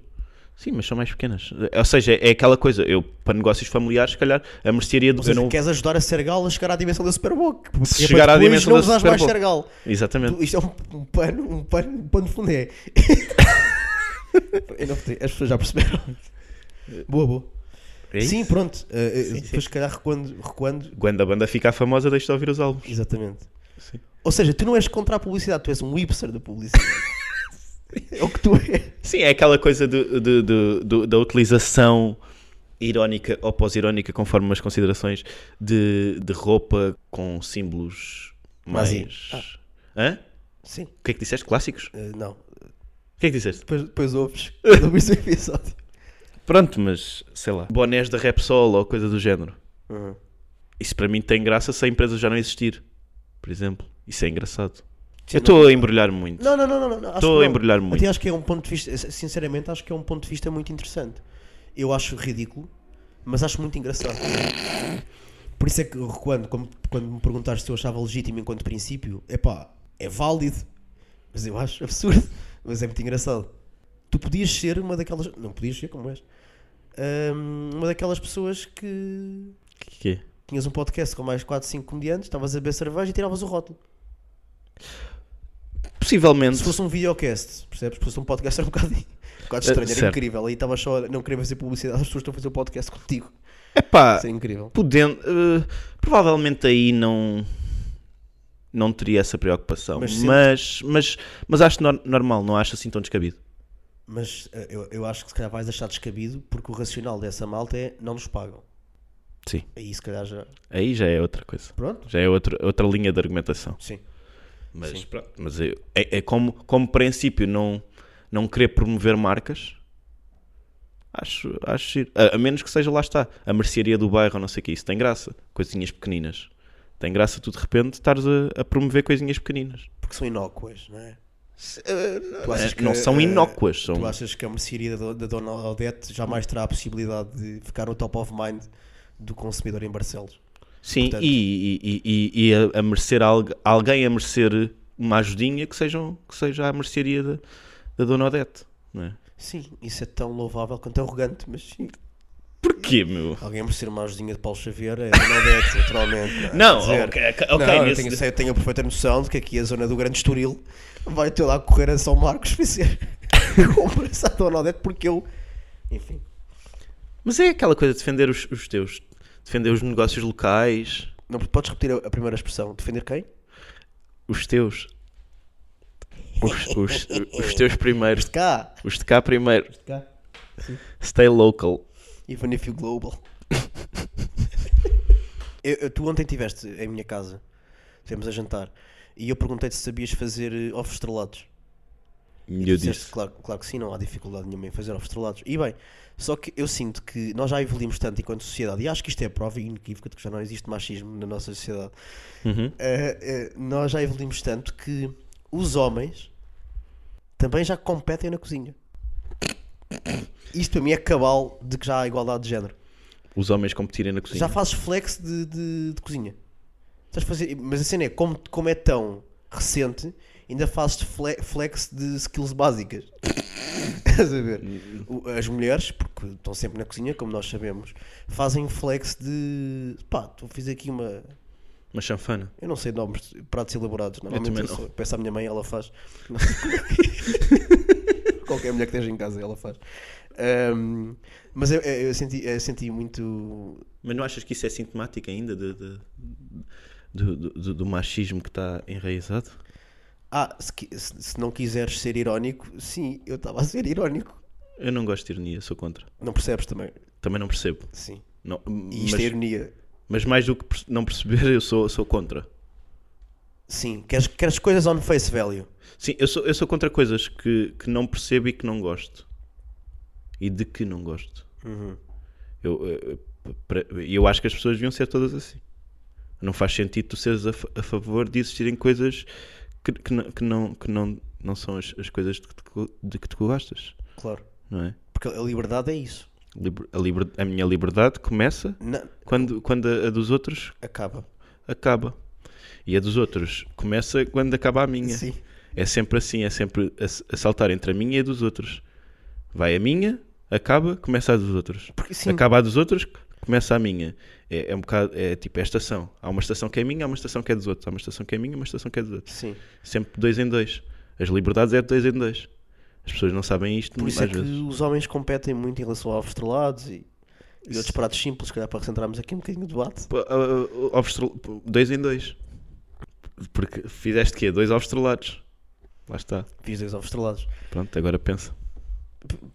C: Sim, mas são mais pequenas. Ou seja, é aquela coisa, eu para negócios familiares, se calhar, a mercearia do.
D: Ou seja,
C: eu não-
D: queres ajudar a Sergal a chegar à dimensão da Superboc.
C: Se
D: É para
C: chegar à
D: depois
C: dimensão
D: não
C: da
D: usares mais
C: Superboc.
D: Sergal.
C: Exatamente.
D: Tu- Isto é um, um pano, um pano, um pano de fundo é. Eu não votei, as pessoas já perceberam. Boa, boa.
C: É isso?
D: sim, pronto. Uh, uh, depois, se calhar, recuando, recuando
C: Quando a banda ficar famosa, deixa de ouvir os álbuns.
D: Exatamente.
C: Sim.
D: Ou seja, tu não és contra a publicidade, tu és um hipster da publicidade. é o que tu és.
C: Sim, é aquela coisa do- do- do- do- da utilização irónica ou pós-irónica, conforme umas considerações, de, de roupa com símbolos
D: Mas Ah. e-
C: mais. Hã?
D: Sim.
C: O que é que disseste? Clássicos?
D: Eh, não.
C: O que é que disseste?
D: Depois, depois ouves. Quando ouves o episódio.
C: Pronto, mas sei lá. Bonés da Repsol ou coisa do género.
D: Uhum.
C: Isso para mim tem graça se a empresa já não existir, por exemplo. Isso é engraçado.
D: Sim,
C: Eu estou a embrulhar muito.
D: Não, não, não, não, não, não. acho
C: Estou
D: que
C: a
D: não.
C: embrulhar
D: Até
C: muito.
D: acho que é um ponto de vista, sinceramente, acho que é um ponto de vista muito interessante. Eu acho ridículo, mas acho muito engraçado. Por isso é que quando, como- quando me perguntaste se eu achava legítimo enquanto princípio, é pá, é válido, mas eu acho absurdo, mas é muito engraçado. Tu podias ser uma daquelas, não podias ser como és, hum, uma daquelas pessoas que
C: Que que é?
D: tinhas um podcast com mais 4, 5 comediantes, estavas a beber cerveja e tiravas o rótulo.
C: Possivelmente.
D: Se fosse um videocast, percebes? Se fosse um podcast era um bocado, um bocado estranho, era
C: Eh, certo.
D: incrível. Aí estava só, a- não queria fazer publicidade, as pessoas estão a fazer o podcast contigo.
C: Epá,
D: Isso é incrível.
C: podendo. eh, provavelmente aí não. Não teria essa preocupação.
D: Mas
C: Mas,
D: sempre-
C: mas, mas, acho nor- normal, não acho assim tão descabido.
D: Mas eh, eu, eu acho que se calhar vais achar descabido porque o racional dessa malta é não nos pagam.
C: Sim.
D: Aí se calhar já.
C: Aí já é outra coisa.
D: Pronto?
C: Já é outro, outra linha de argumentação.
D: Sim.
C: Mas, pronto, mas eu- é, é como, como princípio não, não querer promover marcas. Acho, acho giro. A, a menos que seja lá está. A mercearia do bairro ou não sei o que. Isso tem graça. Coisinhas pequeninas. Tem graça tu de repente estares a- a promover coisinhas pequeninas.
D: Porque são inócuas, não é? Tu
C: Não,
D: achas que,
C: não são
D: eh,
C: inócuas, são
D: Tu achas que a mercearia da, da Dona Odete jamais terá a possibilidade de ficar no top of mind do consumidor em Barcelos?
C: sim,
D: portanto-
C: e, e- e- e- e a, a merecer alg- alguém a merecer uma ajudinha que, sejam, que seja a mercearia da, da Dona Odete, não é?
D: Sim, isso é tão louvável quanto arrogante, mas sim.
C: Porquê, meu?
D: Alguém merecer uma ajudinha de Paulo Xavier é não deve, naturalmente. é?
C: Não,
D: Quer dizer,
C: ok, ok, ok,
D: não, eu,
C: nesse-
D: tenho, sei- eu tenho a perfeita noção de que aqui a zona do Grande Estoril vai ter lá a correr a São Marcos fazer compras à Dona Odete porque eu. é? Enfim,
C: Mas é aquela coisa de defender os, os teus.
F: defender os negócios locais,
D: Não, podes repetir a, a primeira expressão? Defender quem?
F: os teus. Os, os, os teus primeiros,
D: Cá!
F: os de cá primeiro.
D: Cá.
F: Stay local.
D: Even if you global. Eu- eu- tu ontem estiveste em minha casa, estivemos a jantar, e eu perguntei-te se sabias fazer eh, ovos estrelados.
C: E eu
D: Disseste,
C: disse.
D: Claro, claro que sim, não há dificuldade nenhuma em fazer ovos estrelados. E bem, só que eu sinto que nós já evoluímos tanto enquanto sociedade, e acho que isto é a prova inequívoca de que já não existe machismo na nossa sociedade.
C: Uhum.
D: Eh, eh, nós já evoluímos tanto que os homens também já competem na cozinha. Isto para mim é cabal de que já há igualdade de género.
C: Os homens competirem na cozinha.
D: Já fazes flex de, de, de cozinha. Estás a fazer, mas a cena é, como, como é tão recente, ainda fazes fle- flex de skills básicas. Estás a ver? O- As mulheres, porque estão sempre na cozinha, como nós sabemos, fazem flex de. pá, tu fiz aqui uma.
C: Uma chanfana.
D: Eu não sei nomes de pratos elaborados. Normalmente eu
C: também
D: só- peço à minha mãe, ela faz. Não sei como é que- Qualquer mulher que esteja em casa, ela faz. Ahm, mas eu, eu- eu senti, eu senti muito.
C: Mas não achas que isso é sintomático ainda de- de- do, do- do- do machismo que está enraizado?
D: Ah, se, qui- se- se não quiseres ser irónico, sim, eu estava a ser irónico.
C: Eu não gosto de ironia, sou contra.
D: Não percebes também?
C: Também não percebo.
D: Sim.
C: Não,
D: E isto
C: mas,
D: é ironia.
C: mas mais do que perce- não perceber, eu sou, sou contra.
D: Sim, queres, queres coisas on face value.
C: Sim, eu sou, eu sou contra coisas que, que não percebo e que não gosto. E de que não gosto. Eu, eh, pra- eu acho que as pessoas deviam ser todas assim. Não faz sentido tu seres a, fa- a favor de existirem coisas que, que, não, que, não, que não, não são as, as coisas de que, tu, de que tu gostas,
D: Claro.
C: não é?
D: Porque a liberdade é isso.
C: Liber- a, liber- a minha liberdade começa
D: Na-
C: quando, quando a, a dos outros
D: Acaba.
C: acaba. E a dos outros começa quando acaba a minha.
D: Sim.
C: É sempre assim, é sempre a- a saltar entre a minha e a dos outros. Vai a minha, acaba, começa a dos outros.
D: Porque sim.
C: Acaba a dos outros, começa a minha. É, é um bocado, é tipo, é estação. Há uma estação que é minha, há uma estação que é dos outros. Há uma estação que é minha, uma estação que é dos outros.
D: Sim.
C: Sempre dois em dois. As liberdades é de dois em dois. As pessoas não sabem isto
D: Por
C: muitas
D: isso é que
C: vezes.
D: os homens competem muito em relação a ovos estrelados e, e outros pratos simples, se calhar para recentrarmos aqui um bocadinho o debate.
C: Pô, ah, ah, ovos estrel- pô, dois em dois. Porque fizeste quê? Dois ovos estrelados. Lá está.
D: Fiz dois ovos estrelados.
C: Pronto, agora pensa.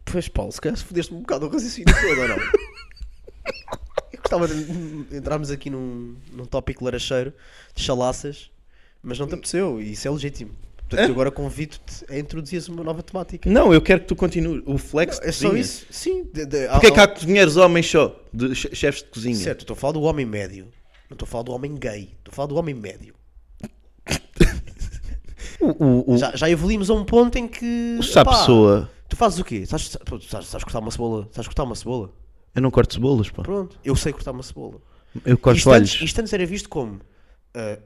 D: Pois, Paulo, se calhar se fodeste-me um bocado o raciocínio todo, ou não? Eu gostava de entrarmos aqui num, num tópico laracheiro de chalaças, mas não te apeteceu e isso é legítimo. Portanto, eu agora convido-te a introduzires uma nova temática.
C: Não, eu quero que tu continues. O flex
D: É
C: de
D: só
C: cozinha.
D: isso? Sim. De, de,
C: Porquê é que há cozinheiros homens só? De che- chefes de cozinha?
D: Certo, estou a falar do homem médio. Não estou a falar do homem gay. Estou a falar do homem médio. Já, já evoluímos a um ponto em que.
C: Se há
D: opá,
C: pessoa.
D: Tu fazes o quê? Sabes, sabes, sabes cortar uma cebola? Sabes cortar uma cebola?
C: Eu não corto cebolas, pá.
D: Pronto, eu sei cortar uma cebola.
C: Eu corto
D: Isto antes,
C: alhos.
D: isto antes era visto como ah,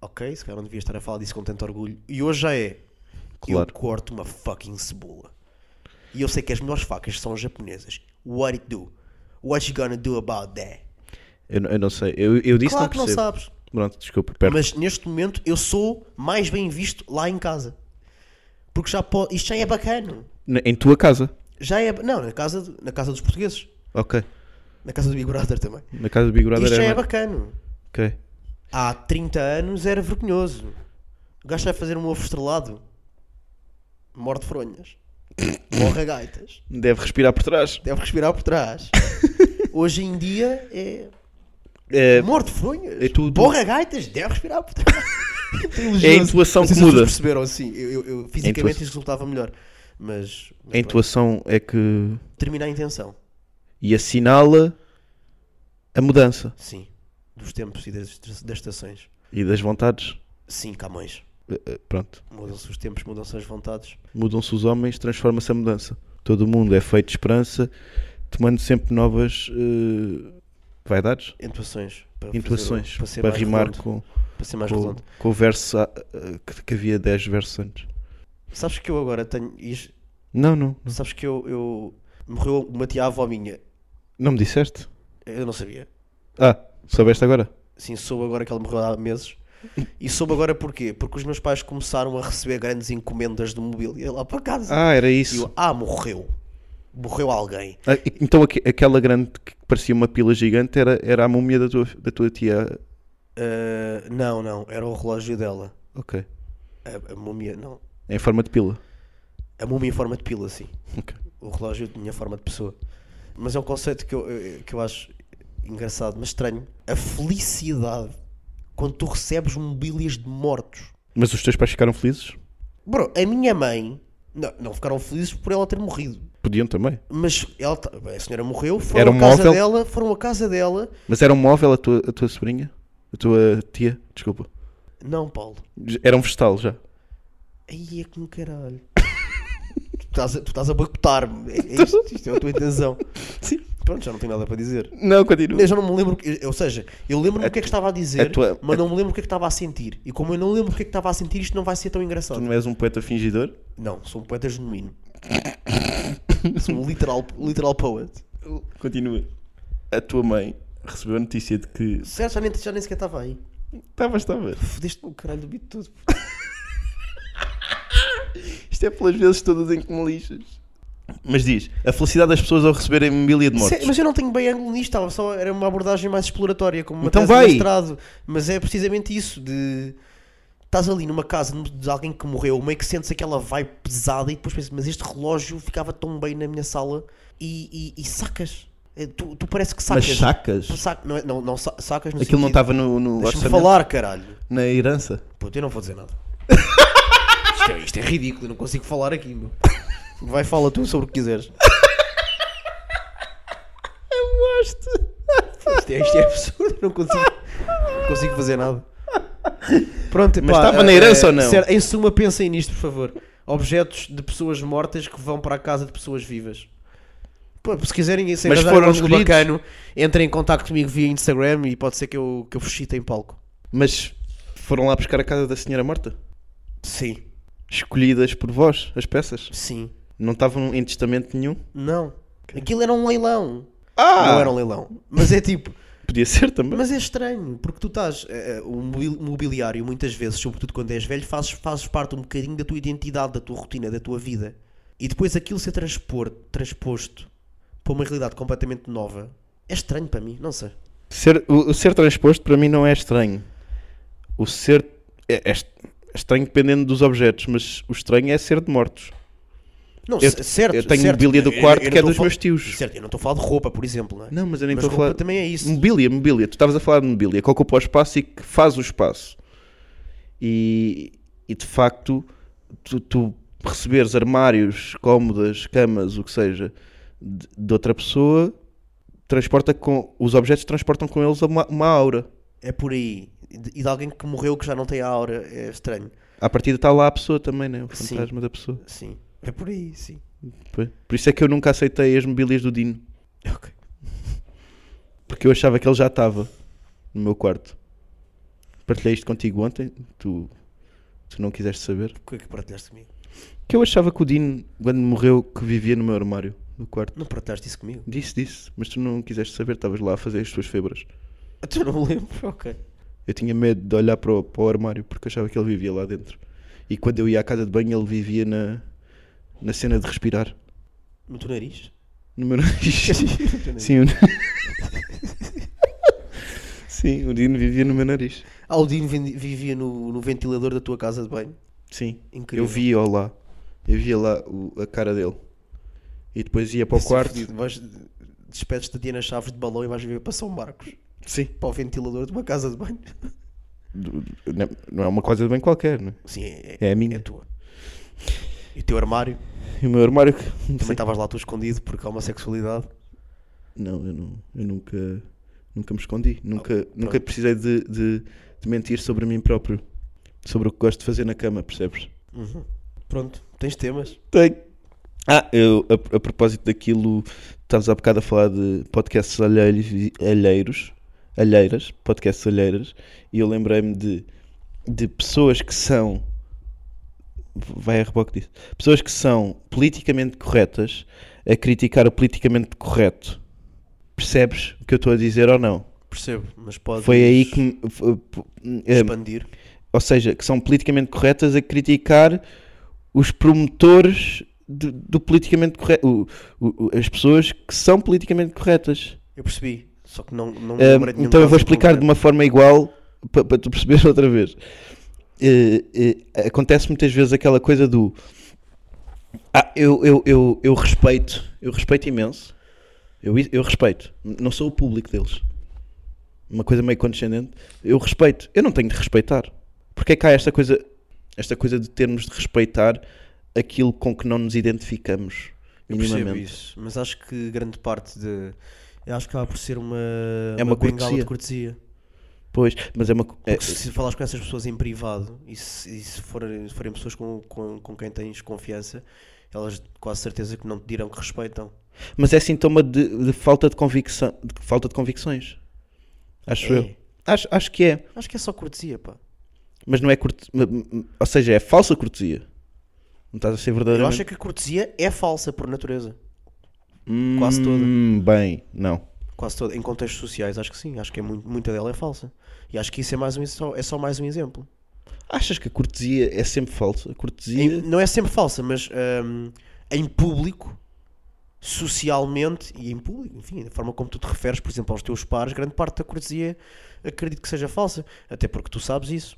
D: ok, se calhar não devia estar a falar disso com tanto orgulho. E hoje já é
C: Claro.
D: eu corto uma fucking cebola. E eu sei que as melhores facas são as japonesas. What it do? What you gonna do about that?
C: Eu, não- eu não sei. Eu, eu disse
D: claro
C: não
D: que não
C: percebo.
D: sabes.
C: Pronto, desculpa. Perto.
D: Mas neste momento eu sou mais bem visto lá em casa. Porque já pode, isto já é bacana.
C: Na- Em tua casa.
D: Já é, não, na casa, de- na casa dos portugueses.
C: Ok.
D: Na casa do Big Brother também.
C: Na casa do Big Brother
D: Isto já é
C: mais-
D: bacana.
C: Ok.
D: Há 30 anos era vergonhoso. O gajo vai fazer um ovo estrelado. Morre de fronhas. Morre a gaitas.
C: Deve respirar por trás.
D: Deve respirar por trás. Hoje em dia é.
C: É,
D: Morre de fronhas.
C: É tudo-
D: Morre a gaitas. Deve respirar por trás.
C: É a intuação
D: Não sei
C: que
D: se vocês
C: muda. É
D: perceberam assim. Eu, eu- eu
C: intuação.
D: fisicamente isso resultava melhor. Mas. mas
C: a
D: pronto.
C: intuação é que.
D: Termina a intenção.
C: E assinala a mudança.
D: Sim. Dos tempos e das, das estações.
C: E das vontades.
D: Sim, Camões.
C: Eh, eh, Pronto.
D: Mudam-se os tempos, mudam-se as vontades.
C: Mudam-se os homens, transforma-se a mudança. Todo mundo é feito de esperança, tomando sempre novas eh, vaidades,
D: Intuações. Para fazer-
C: intuações,
D: para, ser
C: para
D: mais
C: rimar
D: redondo.
C: com,
D: Para ser mais
C: com,
D: redondo.
C: com o verso ah, ah, que, que havia 10 versos antes.
D: Sabes que eu agora tenho. is-
C: Não, não, não.
D: Sabes que eu. eu... Morreu uma tia-avó minha.
C: Não me disseste?
D: Eu não sabia.
C: Ah, soubeste agora?
D: Sim, soube agora que ela morreu há meses. E soube agora porquê? Porque os meus pais começaram a receber grandes encomendas de mobília lá para casa.
C: Ah, era
D: E
C: isso.
D: eu, ah, morreu. morreu alguém.
C: Ah, e- Então aque- aquela grande que parecia uma pila gigante era, era a múmia da tua, da tua tia.
D: Ah, não, não, era o relógio dela.
C: Ok. É
D: A, a múmia, não.
C: Em forma de pila.
D: A múmia em forma de pila, sim.
C: Ok.
D: O relógio tinha forma de pessoa. Mas é um conceito que eu, eu- que eu acho engraçado, mas estranho. A felicidade quando tu recebes mobílias de mortos.
C: Mas os teus pais ficaram felizes?
D: Bro, a minha mãe. Não, não ficaram felizes por ela ter morrido.
C: Podiam também.
D: Mas ela, ta- a senhora morreu, foram
C: Era
D: à
C: um
D: casa
C: móvel?
D: dela, foram à casa dela.
C: Mas era um móvel a tua, a tua sobrinha? A tua tia? Desculpa.
D: Não, Paulo.
C: J- Era um vestal já.
D: Aí é que me caralho. tu, estás a, tu estás a boicotar-me. É, é isto, isto é a tua intenção.
C: Sim.
D: Pronto, já não tenho nada para dizer.
C: Não, continua.
D: Eu já não me lembro, eu- ou seja, eu lembro-me o que é que estava a dizer,
C: a tua-
D: mas
C: a-
D: não me lembro o que é que estava a sentir. E como eu não lembro o que é que estava a sentir, isto não vai ser tão
C: Tu
D: engraçado.
C: não és um poeta fingidor?
D: Não, sou um poeta genuíno. sou um literal, literal poet.
C: Continua. A tua mãe recebeu a notícia de que.
D: Certo, já nem, já nem sequer estava aí.
C: Estavas, estavas.
D: Fodeste-me o caralho do beat todo.
C: Isto é pelas vezes todas em que me lixas. Mas diz, a felicidade das pessoas ao receberem mobília de mortos.
D: Sim, mas eu não tenho bem ângulo nisto, estava só, era uma abordagem mais exploratória, como uma
C: Então
D: tese de
C: vai.
D: mestrado. Mas é precisamente isso, de... Estás ali numa casa de alguém que morreu, meio que sentes aquela vibe pesada e depois pensas, mas este relógio ficava tão bem na minha sala e, e- e sacas. Eh, Tu, tu parece que sacas.
C: Mas sacas?
D: Sac- não, é- não, não sa- sacas no
C: Aquilo não
D: sentido-
C: estava no, no
D: Deixa-me
C: orçamento,
D: falar, caralho.
C: na herança.
D: Puto, eu não vou dizer nada. isto, é, isto é ridículo, eu não consigo falar aqui, meu. Vai, fala tu sobre o que quiseres.
C: É um
D: Isto é, isto é absurdo, eu não consigo, não consigo fazer nada. Pronto,
C: Mas
D: pá,
C: estava na
D: eh,
C: herança
D: eh,
C: ou não?
D: sério, em suma, pensem nisto, por favor. Objetos de pessoas mortas que vão para a casa de pessoas vivas. Pô, se quiserem ser
C: Mas
D: um
C: foram
D: ângulo
C: escolhidos?
D: bacano, entrem em contato comigo via Instagram e pode ser que eu, que eu vos cite em palco.
C: Mas foram lá buscar a casa da senhora morta?
D: Sim,
C: Escolhidas por vós, as peças?
D: sim.
C: Não estavam em testamento nenhum?
D: Não. Aquilo era um leilão.
C: Ah!
D: Não era um leilão. Mas é tipo.
C: Podia ser também.
D: Mas é estranho, porque tu estás. eh, eh, O mobil- mobiliário, muitas vezes, sobretudo quando és velho, fazes, fazes parte um bocadinho da tua identidade, da tua rotina, da tua vida. E depois aquilo ser transpor, transposto para uma realidade completamente nova é estranho para mim, não sei.
C: Ser- o, o ser transposto para mim não é estranho. O ser. É, é est- é estranho dependendo dos objetos, mas o estranho é ser de mortos.
D: Não,
C: Eu-
D: c- certo.
C: eu tenho
D: certo.
C: mobília do
D: Eu- eu-
C: quarto
D: eu
C: que é
D: não estou
C: dos
D: a fal-
C: meus tios.
D: Certo, eu não estou a falar de roupa, por exemplo, não é?
C: Não, mas eu nem
D: Mas
C: estou a falar.
D: roupa também é isso.
C: Mobília, mobília. Tu estavas a falar de mobília, que ocupa o espaço e que faz o espaço. E, e de facto, tu, tu receberes armários, cômodas, camas, o que seja, de, de outra pessoa, transporta com. Os objetos transportam com eles uma, uma aura.
D: É por aí. E de- E de alguém que morreu que já não tem a aura, é estranho.
C: À partida está lá a pessoa também, né? O
D: Sim.
C: fantasma da pessoa.
D: Sim. É por aí, sim.
C: Pois. Por isso é que eu nunca aceitei as mobílias do Dino,
D: Ok.
C: porque eu achava que ele já estava no meu quarto. Partilhei isto contigo ontem, tu, tu não quiseste saber.
D: O que é que partilhaste comigo?
C: Que eu achava que o Dino, quando morreu, que vivia no meu armário, no quarto.
D: Não partilhaste isso comigo?
C: Disse, disse, mas tu não quiseste saber, estavas lá a fazer as tuas febras.
D: Até não me lembro. Ok.
C: Eu tinha medo de olhar para o, para o armário, porque eu achava que ele vivia lá dentro. E quando eu ia à casa de banho, ele vivia na, na cena de respirar.
D: No teu nariz?
C: No meu nariz. Sim, o... Sim, o Dino vivia no meu nariz.
D: Aldino vivia no, no ventilador da tua casa de banho.
C: Sim,
D: Incrível.
C: eu via-o lá. Eu via lá o- a cara dele. E depois ia para o
D: Esse
C: quarto.
D: fudido, é Vais, despedes-te a Diana Chaves de balão e vais viver para São Marcos.
C: Sim,
D: Para o ventilador de uma casa de banho.
C: do- do- não- não é uma coisa bem qualquer, né?
D: Sim, é,
C: É a minha.
D: É tua. E o teu armário?
C: E o meu armário. que-
D: Também estavas lá tu escondido porque há uma sexualidade.
C: Não, eu, não, eu nunca, nunca me escondi. Nunca, nunca precisei de, de- de mentir sobre mim próprio. Sobre o que gosto de fazer na cama, percebes?
D: Pronto, tens temas.
C: Tenho. Ah, eu, a, a propósito daquilo, estavas há bocado a falar de podcasts alheiros, e- alheiros alheiras, podcasts alheiras, e eu lembrei-me de, de pessoas que são. Vai a reboque disso. Pessoas que são politicamente corretas a criticar o politicamente correto. Percebes o que eu estou a dizer ou não?
D: Percebo, mas podes
C: Foi aí que. me- f- p- eh,
D: expandir.
C: ou seja, que são politicamente corretas a criticar os promotores do, do politicamente correto. o- o- o- As pessoas que são politicamente corretas.
D: Eu percebi, só que não, não me
C: Ah,
D: lembrei de nenhum
C: então eu vou
D: caso
C: explicar de
D: concreto.
C: uma forma igual para, tu perceberes outra vez. Eh, eh, acontece muitas vezes aquela coisa do ah, eu, eu, eu, eu respeito, eu respeito imenso, eu, i- eu respeito, não sou o público deles. Uma coisa meio condescendente, eu respeito, eu não tenho de respeitar. Porque é que há esta coisa, esta coisa de termos de respeitar aquilo com que não nos identificamos
D: Eu percebo
C: minimamente.
D: isso, mas acho que grande parte de. Eu acho que acaba por ser uma.
C: É uma
D: bengala
C: cortesia.
D: de cortesia.
C: Pois, mas é uma co- é-
D: Porque se falas com essas pessoas em privado e se, e se forem, se forem pessoas com, com, com quem tens confiança, elas quase certeza que não te dirão que respeitam.
C: Mas é sintoma de, de falta de convicção, de falta de convicções. Acho
D: É.
C: eu. Acho, acho que é,
D: Acho que é só cortesia, pá.
C: mas não é corte... ou seja, é falsa cortesia. Não estás a ser
D: Eu
C: verdadeiramente.
D: acho é que a cortesia é falsa por natureza.
C: Hum,
D: quase toda.
C: Bem, não.
D: Quase toda. Em contextos sociais, acho que sim. Acho que é muito, muita dela é falsa. E acho que isso é, mais um, é, só, é só mais um exemplo.
C: Achas que a cortesia é sempre falsa? A cortesia
D: Em- não é sempre falsa, mas hum, em público, socialmente e em público, enfim, da forma como tu te referes, por exemplo, aos teus pares, grande parte da cortesia acredito que seja falsa. Até porque tu sabes isso.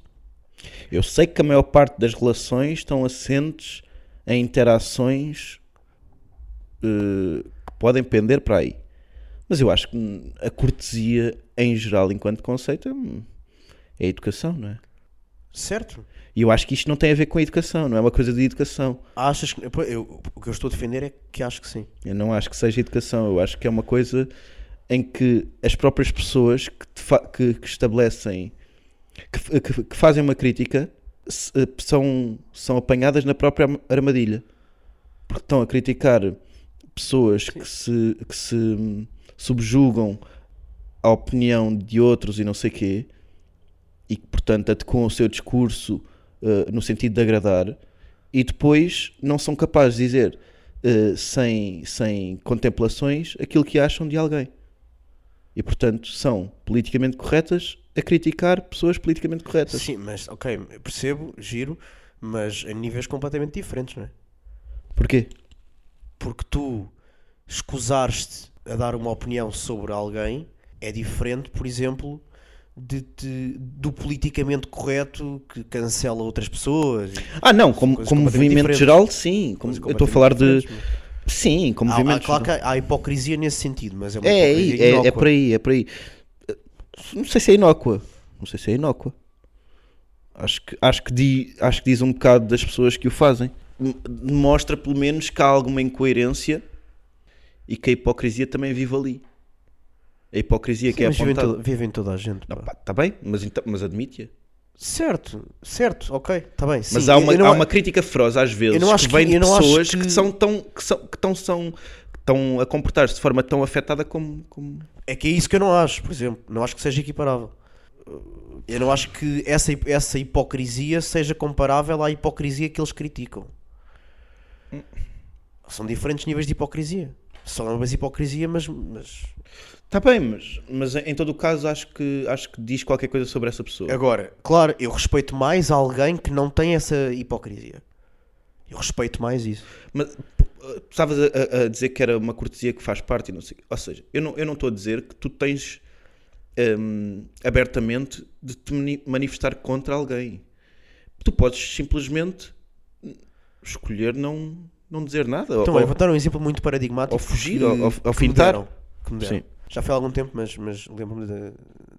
C: Eu sei que a maior parte das relações estão assentes em interações eh, que podem pender para aí. Mas eu acho que hum, a cortesia, em geral, enquanto conceito, hum, é a educação, não é?
D: Certo?
C: E eu acho que isto não tem a ver com a educação, não é uma coisa de educação.
D: Achas que. pô, eu- o que eu estou a defender é que acho que sim.
C: Eu não acho que seja educação, eu acho que é uma coisa em que as próprias pessoas que, te fa- que- que estabelecem, que, f- que- que fazem uma crítica, se- eh, são, são apanhadas na própria arm- armadilha. Porque estão a criticar pessoas que se, que se hum, subjugam à opinião de outros e não sei quê, e que, portanto, adequam o seu discurso eh, no sentido de agradar, e depois não são capazes de dizer eh, sem, sem contemplações aquilo que acham de alguém. E portanto são politicamente corretas a criticar pessoas politicamente corretas.
D: Sim, mas ok, percebo, giro, mas a níveis completamente diferentes, não é?
C: Porquê?
D: porque tu escusares-te a dar uma opinião sobre alguém é diferente, por exemplo, de, te- do politicamente correto que cancela outras pessoas.
C: Ah, não, como,
D: coisas
C: como
D: completamente
C: movimento
D: diferentes.
C: geral, sim. Como, eu estou a falar de. Sim, como
D: Há, há,
C: movimento
D: claro que
C: geral.
D: há, há hipocrisia nesse sentido, mas é uma
C: É,
D: hipocrisia
C: é, é,
D: inócua.
C: é por aí, é por aí. Eh, Não sei se é inócua. Não sei se é inócua. Acho que, acho que, di, acho que diz um bocado das pessoas que o fazem. M- Mostra pelo menos que há alguma incoerência e que a hipocrisia também vive ali. A hipocrisia que
D: Sim,
C: é
D: mas vivem,
C: apontada.
D: toda- vivem toda a gente. pá.
C: Está bem, mas, então- mas admite-a.
D: Certo, certo, ok, está bem.
C: Mas
D: sim,
C: há,
D: eu-
C: uma,
D: eu não- é-
C: há uma crítica feroz às vezes
D: eu não acho
C: que vem
D: que-
C: de
D: eu não acho
C: pessoas que...
D: que-
C: são tão que são que tão são que estão a comportar-se de forma tão afetada como, como...
D: É que é isso que eu não acho, por exemplo. Não acho que seja equiparável. Eu não acho que essa, hip- essa hipocrisia seja comparável à hipocrisia que eles criticam. São diferentes níveis de hipocrisia. São ambas hipocrisia, mas, mas...
C: Está Tá bem, mas, mas em todo o caso acho que, acho que diz qualquer coisa sobre essa pessoa.
D: Agora, claro, eu respeito mais alguém que não tem essa hipocrisia. Eu respeito mais isso.
C: Mas p- eh, tu estavas a, a- a dizer que era uma cortesia que faz parte e não sei. Ou seja, eu não eu não estou a dizer que tu tens hum, abertamente de te mani- manifestar contra alguém. Tu podes simplesmente hum, escolher não, não dizer nada. ou-
D: Então,
C: ou-
D: olha, vou dar um exemplo muito paradigmático.
C: Ou fugir,
D: que-
C: ou- ou-
D: que
C: ou
D: me
C: pintar.
D: deram, que me deram.
C: Sim.
D: Já foi há algum tempo, mas, mas lembro-me da,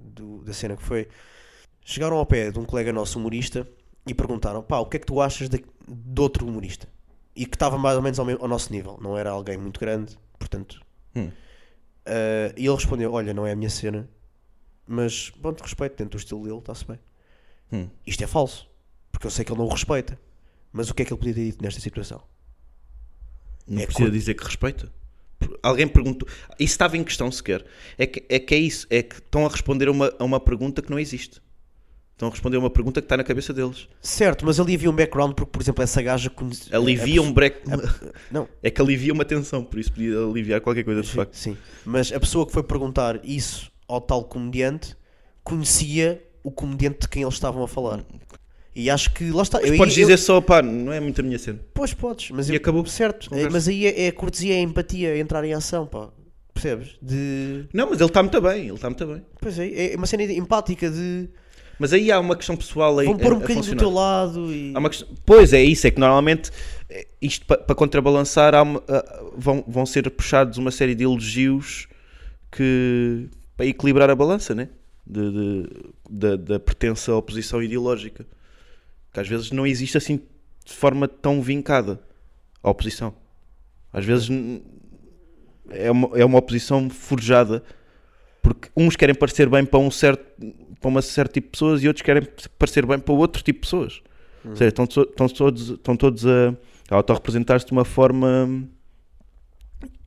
D: do- da cena que foi. Chegaram ao pé de um colega nosso humorista e perguntaram: pá, o que é que tu achas de, de outro humorista? E que estava mais ou menos ao, me- ao nosso nível, não era alguém muito grande, portanto.
C: Hum.
D: Ah, e ele respondeu: olha, não é a minha cena, mas bom, te respeito, dentro do estilo dele, está-se bem.
C: Hum.
D: Isto é falso, porque eu sei que ele não o respeita. Mas o que é que ele podia ter dito nesta situação?
C: Não
D: É
C: precisa
D: co-
C: dizer que respeita. Por- Alguém perguntou. Isso estava em questão sequer. É que é, que é isso. É que estão a responder a uma, a uma pergunta que não existe. Estão a responder a uma pergunta que está na cabeça deles.
D: Certo, mas ali havia um background porque, por exemplo, essa gaja conhecia.
C: Alivia um break.
D: Não,
C: É que alivia uma tensão, por isso podia aliviar qualquer coisa de facto.
D: sim. Mas a pessoa que foi perguntar isso ao tal comediante conhecia o comediante de quem eles estavam a falar. E E acho que lá está. eu-
C: Mas podes
D: eu-
C: dizer só, pá, não é muito a minha cena.
D: Pois podes, mas
C: E
D: eu-
C: acabou.
D: Certo,
C: Conversa.
D: mas aí é, é a cortesia, é a empatia, é entrar em ação, pá. Percebes? De.
C: Não, mas ele está muito bem, ele está muito bem.
D: Pois é, é uma cena empática de.
C: Mas aí há uma questão pessoal aí.
D: Vamos pôr
C: a-
D: um
C: a
D: bocadinho do
C: funcionar.
D: teu lado e.
C: é Há uma questão- Pois é, isso é que normalmente eh, isto para contrabalançar há uma- ah, vão, vão ser puxados uma série de elogios que para equilibrar a balança, né? De, de- da, da pertença à oposição ideológica. Que às vezes não existe assim de forma tão vincada a oposição. Às vezes n- é uma, é uma oposição forjada porque uns querem parecer bem para um certo para uma certo tipo de pessoas e outros querem parecer bem para outro tipo de pessoas. Ou seja, estão, to- estão todos, estão todos a, a autorrepresentar-se de uma forma hum,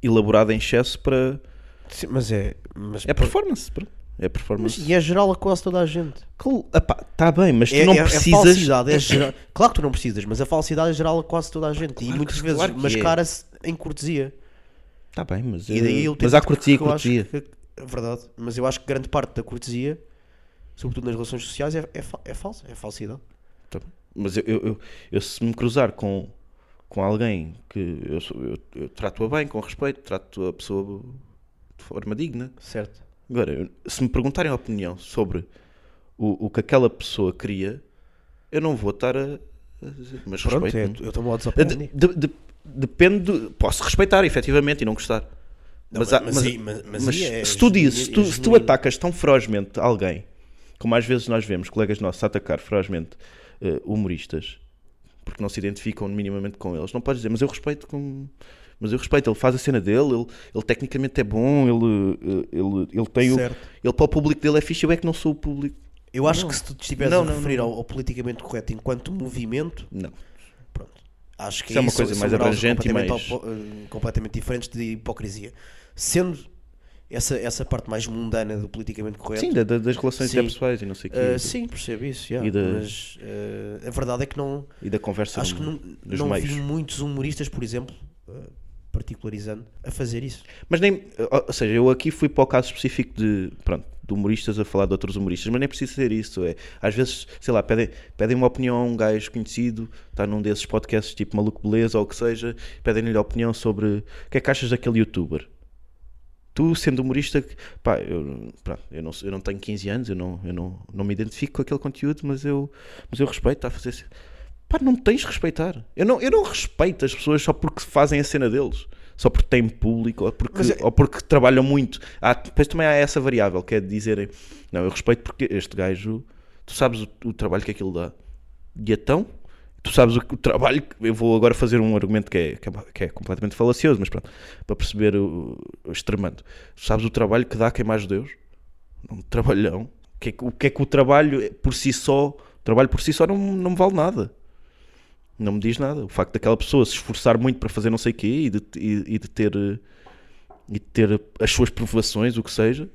C: elaborada em excesso para.
D: Sim, mas é. Mas,
C: É performance. pronto. É performance.
D: e é geral a quase toda a gente.
C: Está bem, mas tu
D: é,
C: não
D: é- é
C: precisas.
D: falsidade, é geral- Claro que tu não precisas, mas a falsidade é geral a quase toda a gente. e
C: Claro
D: muitas
C: que-
D: vezes
C: claro que é.
D: mascara-se em cortesia.
C: Está Tá bem, mas,
D: E daí eu
C: eh, mas há
D: que-
C: curtia e
D: que eu acho
C: curtia.
D: que- é verdade, mas eu acho que grande parte da cortesia, sobretudo nas relações sociais, é, é, fa- é falsa, é falsidade.
C: Tá bem. Mas eu, eu, eu- eu se me cruzar com, com alguém que eu, sou- eu, eu trato-a bem, com respeito, trato a pessoa de forma digna.
D: Certo.
C: Agora, eu- se me perguntarem a opinião sobre o, o que aquela pessoa queria, eu não vou estar a. a dizer, Mas
D: Pronto, é,
C: respeito.
D: eu estou-me a
C: De- de- de- depende. do- posso respeitar, efetivamente, e não gostar. Mas, há-
D: mas
C: mas-
D: aí- mas- mas
C: mas
D: aí é
C: se tu dizes, se tu,
D: genuíno- é
C: se tu
D: genuíno.
C: atacas tão ferozmente alguém, como às vezes nós vemos colegas nossos a atacar ferozmente eh, humoristas, porque não se identificam minimamente com eles, não podes dizer, mas eu respeito com. Mas eu respeito, ele faz a cena dele, ele, ele tecnicamente é bom, ele, eh, ele, ele tem o,
D: Certo.
C: ele para o público dele é fixe, eu é que não sou o público.
D: Eu acho que se tu te estiveres
C: Não,
D: a
C: não,
D: referir
C: não.
D: Ao, ao politicamente correto enquanto movimento,
C: Não.
D: pronto. Acho que
C: Isso é uma
D: aí
C: coisa
D: são-
C: mais
D: são graus
C: abrangente e
D: completamente opo- eh, completamente diferentes de hipocrisia. Sendo essa, essa parte mais mundana do politicamente correto.
C: Sim, da- da- das relações
D: Sim.
C: interpessoais e não sei o quê.
D: eh, sim, percebo isso, yeah,
C: E da-
D: mas eh, a verdade é que não,
C: E da conversa
D: acho que
C: no-
D: não,
C: nos
D: não
C: meios.
D: vi muitos humoristas, por exemplo, eh, particularizando, a fazer isso.
C: Mas nem, ou ou seja, eu aqui fui para o caso específico de, pronto, de humoristas a falar de outros humoristas, mas nem precisa ser isso. É, às vezes, sei lá, pedem, pedem uma opinião a um gajo conhecido, está num desses podcasts tipo Maluco Beleza ou o que seja, pedem-lhe a opinião sobre o que é que achas daquele youtuber. Tu, sendo humorista, que- pá, eu, pronto, eu, não, eu não tenho 15 anos, eu, não, eu não, não me identifico com aquele conteúdo, mas eu, mas eu respeito, está a fazer. ce- Pá, não me tens de respeitar. Eu não, eu não respeito as pessoas só porque fazem a cena deles, só porque têm público ou porque,
D: Mas é-
C: ou porque trabalham muito. Há, depois também há essa variável, que é de dizerem: não, eu respeito porque este gajo, tu sabes o, o trabalho que aquilo dá. E então, tu sabes o, que- o trabalho. que- Eu vou agora fazer um argumento que é, que é, que é completamente falacioso, mas pronto, para perceber o, o extremando. Tu sabes o trabalho que dá quem mais Deus? Um trabalhão. O que é que, o que é que o trabalho por si só, o trabalho por si só não, não me vale nada. Não me diz nada. O facto daquela pessoa se esforçar muito para fazer não sei o quê e de, e, e de ter. eh, E de ter as suas provações, o que seja,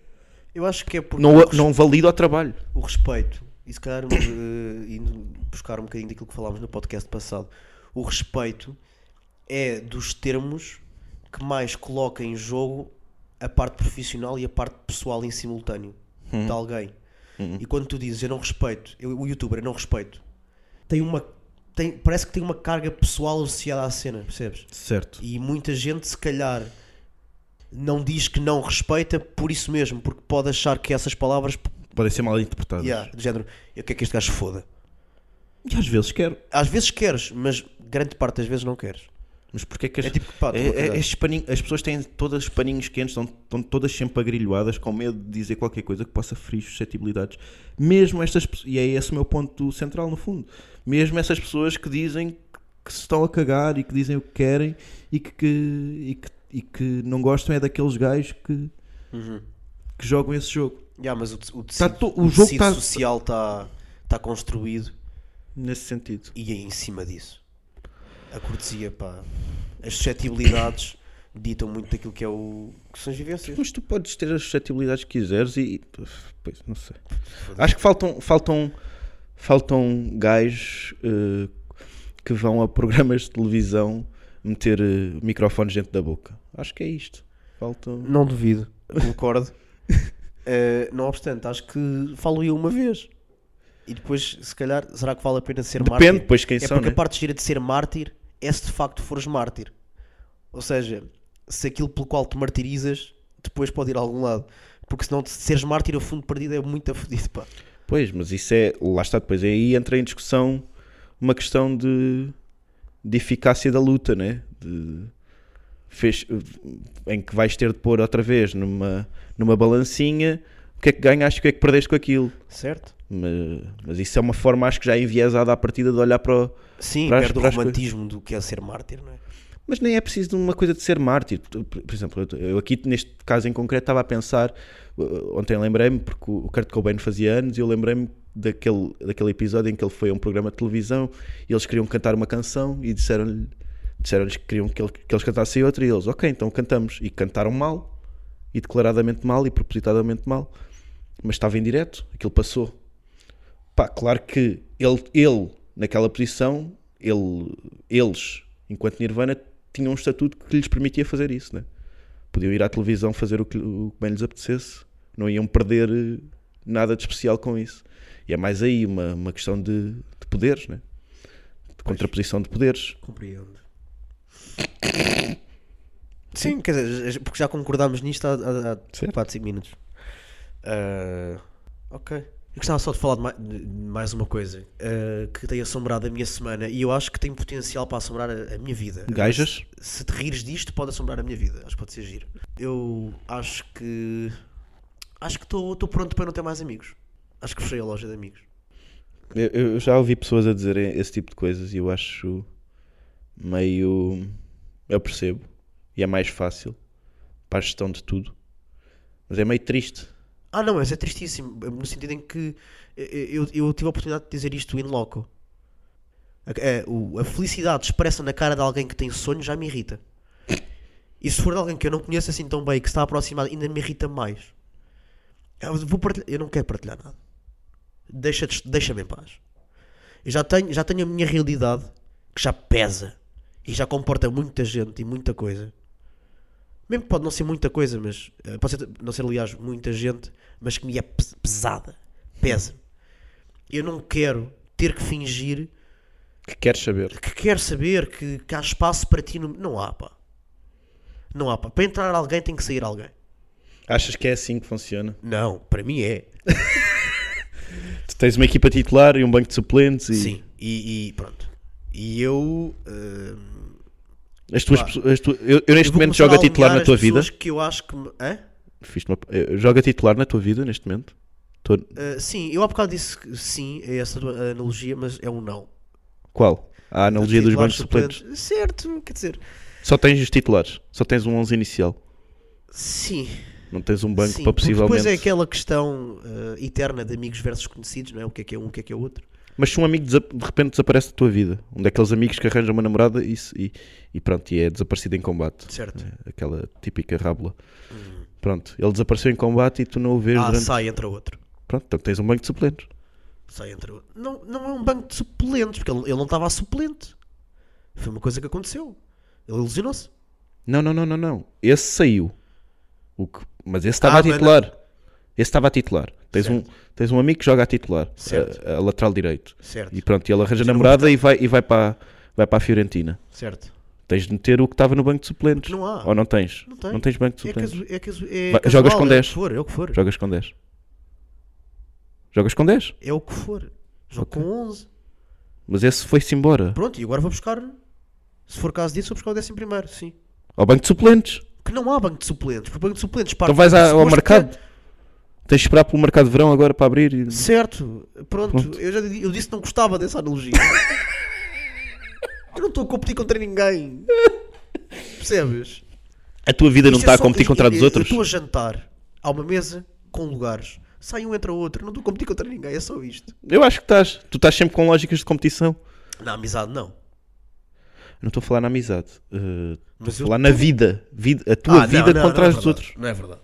D: Eu acho que é porque
C: não,
D: o
C: a-
D: res-
C: não valida o trabalho.
D: o respeito, e se calhar eh, indo buscar um bocadinho daquilo que falámos no podcast passado, o respeito é dos termos que mais coloca em jogo a parte profissional e a parte pessoal em simultâneo de alguém. E quando tu dizes eu não respeito, eu, o youtuber eu não respeito, tem uma. Tem, parece que tem uma carga pessoal associada à cena, percebes?
C: Certo.
D: E muita gente, se calhar, não diz que não respeita por isso mesmo, porque pode achar que essas palavras
G: Podem ser mal interpretadas.
D: Yeah, do género, eu quero que este gajo se foda.
G: E às vezes quero.
D: Às vezes queres, mas grande parte das vezes não queres.
C: Mas porque é que as,
D: É tipo, pá, tu
C: é-
D: vou cagar.
C: é- estes paninho- as pessoas têm todas os paninhos quentes, estão, estão todas sempre agrilhoadas, com medo de dizer qualquer coisa que possa ferir suscetibilidades. Mesmo estas pe- e é esse o meu ponto central no fundo, mesmo essas pessoas que dizem que se estão a cagar e que dizem o que querem e que, que- e que, e que não gostam é daqueles gajos que, que jogam esse jogo.
D: Uhum. Yeah, mas o, te- o
C: é Tá
D: tecido,
C: to- o
D: o
C: jogo
D: tecido
C: tá-
D: social está tá construído
C: Nesse sentido.
D: e é em cima disso. A cortesia, pá. As suscetibilidades ditam muito daquilo que é o. que são as vivências.
C: Mas tu podes ter as suscetibilidades que quiseres e. Pois, não sei. Acho que faltam, faltam, faltam gajos eh, que vão a programas de televisão meter eh, microfones dentro da boca. Acho que é isto. Faltam.
D: Não duvido, concordo. Eh, não obstante, acho que falo eu uma vez. E depois, se calhar, será que vale a pena ser
C: Depende,
D: mártir?
C: depois quem
D: é
C: são,
D: porque
C: né?
D: a parte gira de ser mártir é se de facto fores mártir. Ou seja, se aquilo pelo qual te martirizas depois pode ir a algum lado. Porque senão, se seres mártir, o fundo perdido é muito afodido, pá.
C: Pois, mas isso é. Lá está, depois aí entra em discussão uma questão de, de eficácia da luta, né? De, fez, em que vais ter de pôr outra vez numa, numa balancinha o que é que ganhaste e o que é que perdeste com aquilo.
D: Certo?
C: Mas, mas isso é uma forma, acho que já enviesada à partida de olhar para o.
D: Sim,
C: Para as-
D: perde o
C: para as
D: romantismo do que é ser mártir, não é?
C: Mas nem é preciso de uma coisa de ser mártir. Por por exemplo, eu- eu aqui neste caso em concreto estava a pensar, uh, ontem lembrei-me, porque o Kurt Cobain fazia anos, e eu lembrei-me daquele, daquele episódio em que ele foi a um programa de televisão e eles queriam cantar uma canção e disseram-lhe disseram-lhes que queriam que, ele- que eles cantassem outra e eles, ok, então cantamos. E cantaram mal, e declaradamente mal, e propositadamente mal. Mas estava em direto, aquilo passou. Pá, claro que ele, ele naquela posição, ele, eles, enquanto Nirvana, tinham um estatuto que lhes permitia fazer isso, né? Podiam ir à televisão fazer o que, o que bem lhes apetecesse, não iam perder eh, nada de especial com isso. E é mais aí uma, uma questão de, de poderes, né? De contraposição de poderes.
D: Compreendo. Sim, quer dizer, já- porque já concordámos nisto há, há, há
C: Certo.
D: 4, 5 minutos. Ah, ok. Eu gostava só de falar de ma- de de mais uma coisa ah, que tem assombrado a minha semana e eu acho que tem potencial para assombrar a, a minha vida.
C: Gajas?
D: Se te rires disto, pode assombrar a minha vida. Acho que pode ser giro. Eu acho que. Acho que estou estou pronto para não ter mais amigos. Acho que fechei a loja de amigos.
C: Eu, eu já ouvi pessoas a dizerem esse tipo de coisas e eu acho meio. Eu percebo. E é mais fácil para a gestão de tudo. Mas é meio triste.
D: Ah, não, mas é tristíssimo, no sentido em que eh, eu, eu tive a oportunidade de dizer isto in loco. A, a- o- a felicidade expressa na cara de alguém que tem sonho já me irrita. E se for de alguém que eu não conheço assim tão bem, que está aproximado, ainda me irrita mais. Eu, vou partilhar- eu não quero partilhar nada. Deixa- Deixa-me em paz. Eu já tenho, já tenho a minha realidade, que já pesa e já comporta muita gente e muita coisa. Mesmo que pode não ser muita coisa, mas eh, pode ser- não ser, aliás, muita gente, mas que me é pes- pesada, pesa. Eu não quero ter que fingir
C: Que queres saber?
D: que quero saber que, que há espaço para ti. No... Não há, pá. Não há, pá. Para entrar alguém tem que sair alguém.
C: Achas que é assim que funciona?
D: Não, para mim é.
C: Tu tens uma equipa titular e um banco de suplentes e
D: Sim. E, e pronto. E eu. eh,
C: as tuas
D: Claro.
C: pessoas- as tu- eu, eu
D: eu
C: neste
D: vou
C: momento
D: começar
C: jogo a titular
D: alinhar
C: na
D: as
C: tua vida.
D: pessoas que eu acho que. me- Hã?
C: Fiz uma, eu- jogo a titular na tua vida neste momento. Tô-
D: Eh, sim, eu há bocado disse que sim a essa tua analogia, mas é um não.
C: Qual? A analogia dos bancos
D: Titulares,
C: de suplentes.
D: suplentes. Certo, quer dizer.
C: Só tens os titulares. Só tens um 11 inicial.
D: Sim.
C: Não tens um banco
D: Sim,
C: para
D: porque
C: possivelmente.
D: Depois é aquela questão eh, eterna de amigos versus conhecidos, não é? O que é que é um, o que é que é outro.
C: Mas se um amigo desa- de repente desaparece da tua vida, um daqueles amigos que arranja uma namorada e, se- e, e pronto, e é desaparecido em combate.
D: Certo.
C: Aquela típica rábula. Pronto, ele desapareceu em combate e tu não o vês
D: Hum. Ah,
C: durante.
D: sai, entra outro.
C: Pronto, então tens um banco de suplentes.
D: Sai, entra outro. Não, não é um banco de suplentes, porque ele, ele não estava a suplente. Foi uma coisa que aconteceu. Ele ilusionou-se.
C: Não, não, não, não, não. Esse saiu. O que... Mas esse estava
D: Ah,
C: a
D: mas
C: titular. Esse estava a titular. Tens um,
D: Certo.
C: tens um amigo que joga a titular,
D: Certo.
C: A, a lateral direito.
D: Certo.
C: E pronto, e ele arranja
D: Mas é eu não
C: namorada e vai, e vai para, vai para a Fiorentina.
D: Certo. É
C: Tens de meter o que estava no banco de suplentes.
D: Não há.
C: Ou não tens?
D: Não tem.
C: tens banco de
D: É
C: suplentes.
D: casu- é casu- é
C: Vai-
D: casual,
C: jogas com
D: é
C: 10.
D: o que for, é o que for.
C: Jogas com 10. Jogas com 10.
D: É o que for. Jogo
C: Ok.
D: com 11.
C: Mas esse foi-se embora.
D: Pronto, e agora vou buscar. Se for caso disso, vou buscar o décimo primeiro, sim.
C: Ao banco de suplentes.
D: Que não há banco de suplentes, porque o banco de suplentes parte
C: Então vais à- ao
D: pressuposto que-
C: mercado. Tens de esperar pelo mercado de verão agora para abrir. E...
D: Certo, pronto,
C: Pronto.
D: Eu já di- eu disse que não gostava dessa analogia. eu não estou a competir contra ninguém. Percebes?
C: A tua vida não
D: Isto
C: está
D: é
C: a
D: só-
C: competir
D: eu-
C: contra a
D: eu-
C: dos
D: eu-
C: outros?
D: Eu estou a jantar, há uma mesa com lugares. Sai um, entra outro. Não estou a competir contra ninguém, é só isto.
C: Eu acho que estás. Tu estás sempre com lógicas de competição.
D: Na amizade, não.
C: Não estou a falar na amizade. eh,
D: Mas
C: estou
D: eu
C: a falar na vida. Vida- A tua
D: Ah, não,
C: vida
D: não,
C: contra
D: não é
C: as dos
D: verdade,
C: outros.
D: Não é verdade.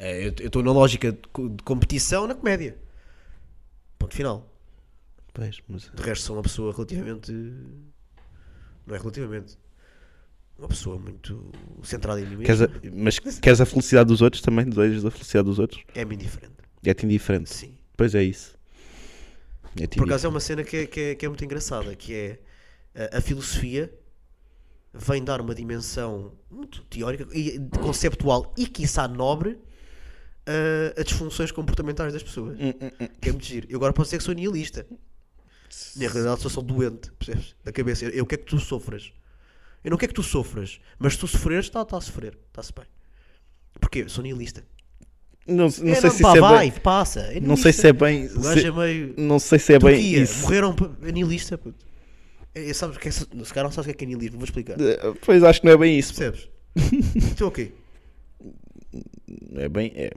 D: É, eu estou na lógica de, co- de competição na comédia. Ponto final.
C: Pois, mas-
D: De resto, sou uma pessoa relativamente. Não é relativamente. Uma pessoa muito centrada em mim
C: Queres
D: mesmo.
C: a- mas queres a felicidade dos outros também? Desejas a felicidade dos outros? É
D: É-me indiferente.
C: É-te indiferente.
D: Sim.
C: Pois é isso. É típico.
D: Por acaso é uma cena que é, que é- que é muito engraçada, que é eh, a, filosofia vem dar uma dimensão muito teórica, e conceptual e quiçá nobre eh, a disfunções comportamentais das pessoas.
C: Hum,
D: Que é muito giro. Eu agora posso dizer que sou nihilista. Na realidade sou só doente, percebes? Da cabeça. Eu, eu quero que tu sofras. Eu não quero que tu sofras, mas se tu sofreres, está tá a sofrer. Está-se bem. Porquê? Eu sou nihilista.
C: Não, não sei
D: É,
C: se
D: pá,
C: isso é
D: vai,
C: bem.
D: passa. É
C: Não sei
D: nihilista.
C: se é bem.
D: O gajo
C: se-
D: é meio.
C: Não sei se é bem
D: Turquia,
C: isso.
D: morreram por- anilista, puto. É, é, sabes o que é, se calhar não sabes o que é que é anilismo, vou explicar.
C: Eh, Pois acho que não é bem isso.
D: Percebes? Então ok.
C: É bem. É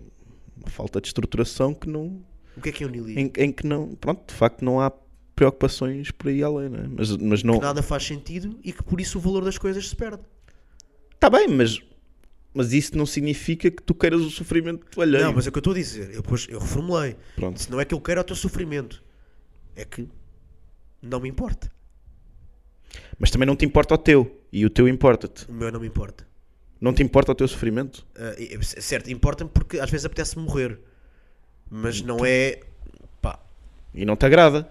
C: uma falta de estruturação que não.
D: O que é que é o nilismo?
C: Em, em que não. Pronto, de facto não há preocupações por aí além, não é? Mas, mas não.
D: Que nada faz sentido e que por isso o valor das coisas se perde.
C: Está tá bem, mas. Mas isso não significa que tu queiras o sofrimento alheio.
D: Não, mas é o que eu estou a dizer. Eu, pus- eu reformulei.
C: Pronto.
D: Se não é que eu quero é o teu sofrimento. É que não me importa.
C: Mas também não te importa o teu. E o teu importa-te.
D: O meu não me importa.
C: Não te importa o teu sofrimento.
D: Ah, e- e- certo, importa-me porque às vezes apetece morrer. Mas não é. Pá.
C: E não te agrada.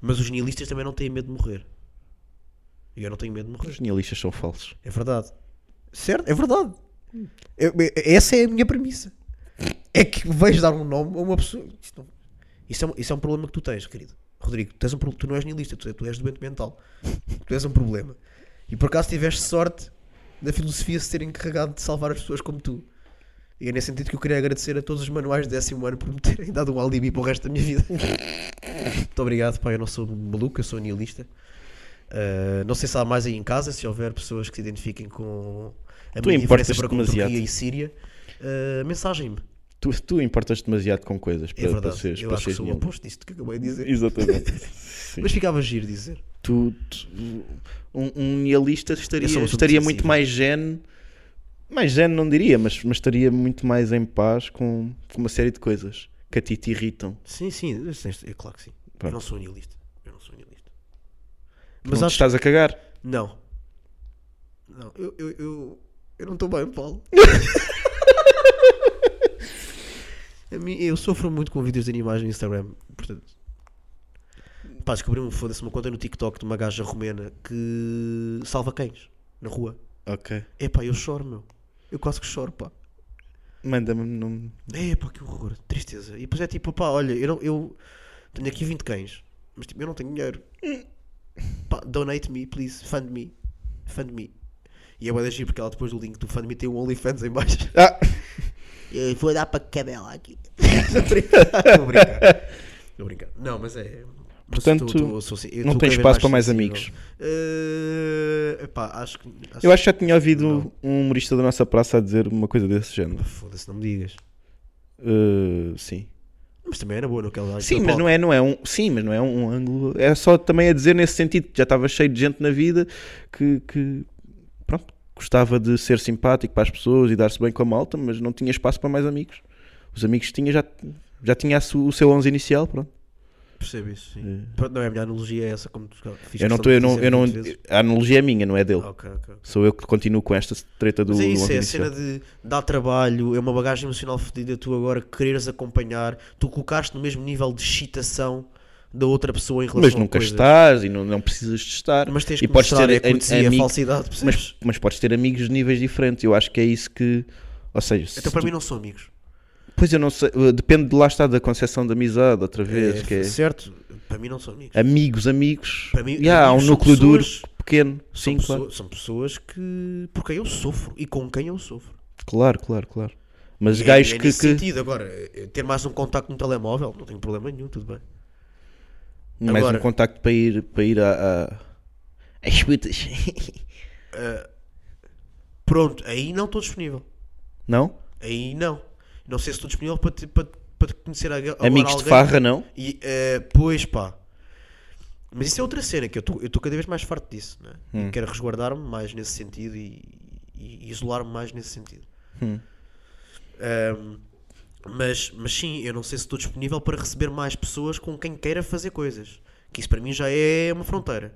D: Mas os nihilistas também não têm medo de morrer. E eu não tenho medo de morrer.
C: Os nihilistas são falsos.
D: É verdade. Certo? É verdade. Eu- eu- essa é a minha premissa. É que vais dar um nome a uma pessoa. Isto, não- isso é, um- isso é um problema que tu tens, querido. Rodrigo, tu, tens um pro- tu não és niilista, tu, tu és doente mental. Tu és um problema. E por acaso tiveste sorte da filosofia se ter encarregado de salvar as pessoas como tu. E é nesse sentido que eu queria agradecer a todos os manuais de décimo ano por me terem dado um alibi para o resto da minha vida. Muito obrigado, pá. Eu não sou maluco, eu sou niilista. Uh, não sei se há mais aí em casa, se houver pessoas que se identifiquem com a
C: Tu
D: minha diferença
C: importas-te
D: para com
C: demasiado.
D: Turquia e Síria, uh, mensagem-me.
C: Tu, tu importas demasiado com coisas
D: É
C: para, para
D: verdade.
C: seres,
D: eu
C: para
D: acho que
C: seres
D: sou o
C: nihilista.
D: oposto disto que acabei de dizer.
C: Exatamente. Sim.
D: Mas ficava giro dizer.
C: tu, tu- um, um nihilista estaria,
D: Eu sou muito
C: estaria
D: sensível.
C: muito mais zen. Mais zen não diria, mas, mas estaria muito mais em paz com, com uma série de coisas que a ti te irritam.
D: Sim, sim, é claro que sim. Eu
C: Pronto.
D: não sou nihilista. Eu não sou nihilista.
C: Mas
D: Mas
C: não te
D: acho
C: estás a cagar.
D: Não. Não, eu, eu, eu, eu não estou bem, Paulo. A mim- eu sofro muito com vídeos de animais no Instagram. Portanto, pá, descobri um foda-se uma conta no TikTok de uma gaja romena que salva cães na rua.
C: Ok.
D: É pá, eu choro, meu. Eu quase que choro, pá.
C: Manda-me. Não...
D: É pá, que horror, tristeza. E depois é tipo, pá, olha, eu, não- eu tenho aqui 20 cães, mas tipo, eu não tenho dinheiro. Pá, donate me, please, fund me, fund me. E é bué de giro porque ela depois do link do fund me tem um OnlyFans em baixo.
C: Ah!
D: Eu vou dar para cabela aqui. Estou a brincar. Estou a brincar. Estou a brincar. Não, mas é... mas
C: Portanto,
D: eu tô- eu sou assim- eu
C: não
D: tô
C: tens
D: cada vez
C: espaço para mais
D: sensível.
C: amigos.
D: Eh, epá, acho que...
C: Eu acho que já tinha ouvido
D: Não.
C: um humorista da nossa praça a dizer uma coisa desse género.
D: Foda-se, não me digas.
C: Uh, sim.
D: Mas também era boa naquela...
C: Sim, mas não é, não é um, sim, mas não é um ângulo. É só também a dizer nesse sentido que já estava cheio de gente na vida que, que, pronto, gostava de ser simpático para as pessoas e dar-se bem com a malta, mas não tinha espaço para mais amigos. Os amigos que tinha já, já tinha a su- o seu 11 inicial, pronto.
D: Percebo isso, sim. Pronto, não é a minha analogia é essa, como tu fiz
C: eu não estou,
D: questão de
C: eu não,
D: dizer
C: eu não,
D: muitas vezes.
C: a analogia é minha, não é dele.
D: Ah, ok, ok.
C: Sou eu que continuo com esta treta do,
D: Mas é
C: do
D: isso,
C: 11
D: é a
C: inicial.
D: cena de dar trabalho, é uma bagagem emocional fodida. Tu agora quereres acompanhar, tu colocaste no mesmo nível de excitação da outra pessoa em relação
C: Mas
D: a
C: nunca
D: coisas.
C: estás e não, não precisas de estar.
D: Mas tens
C: e
D: que
C: podes
D: mostrar
C: ter
D: a cortesia, a
C: ami-
D: falsidade,
C: mas,
D: percebes?
C: mas podes ter amigos de níveis diferentes. Eu acho que é isso que. Ou seja, se
D: Então para
C: tu-
D: mim não são amigos.
C: Pois eu não sei, eh, depende de lá está da concepção de amizade, outra vez, que é
D: Certo? Para mim não são amigos.
C: amigos, amigos.
D: Para mim,
C: E há
D: amigos
C: um
D: são
C: núcleo
D: pessoas-
C: duro pequeno.
D: São,
C: Sim,
D: pessoa-
C: claro.
D: são pessoas que por quem eu sofro e com quem eu sofro.
C: Claro, claro, claro. Mas
D: É-
C: gajos
D: é
C: que.
D: nesse
C: que-
D: sentido, agora, eh, ter mais um contacto no telemóvel, não tenho problema nenhum, tudo bem.
C: Mais
D: Agora-
C: um contacto para ir, para ir a. a... As putas.
D: Ah, Pronto, aí não estou disponível.
C: Não?
D: Aí não. Não sei se estou disponível para te, para, te- para te conhecer aga- agora
C: amigos
D: alguém.
C: de farra, não?
D: E, eh, pois pá. Mas isso é outra cena que eu estou cada vez mais farto disso. Né?
C: Hum.
D: E quero resguardar-me mais nesse sentido e, e- e isolar-me mais nesse sentido.
C: Hum.
D: Ahm, mas, mas sim, eu não sei se estou disponível para receber mais pessoas com quem queira fazer coisas. Que isso para mim já é uma fronteira.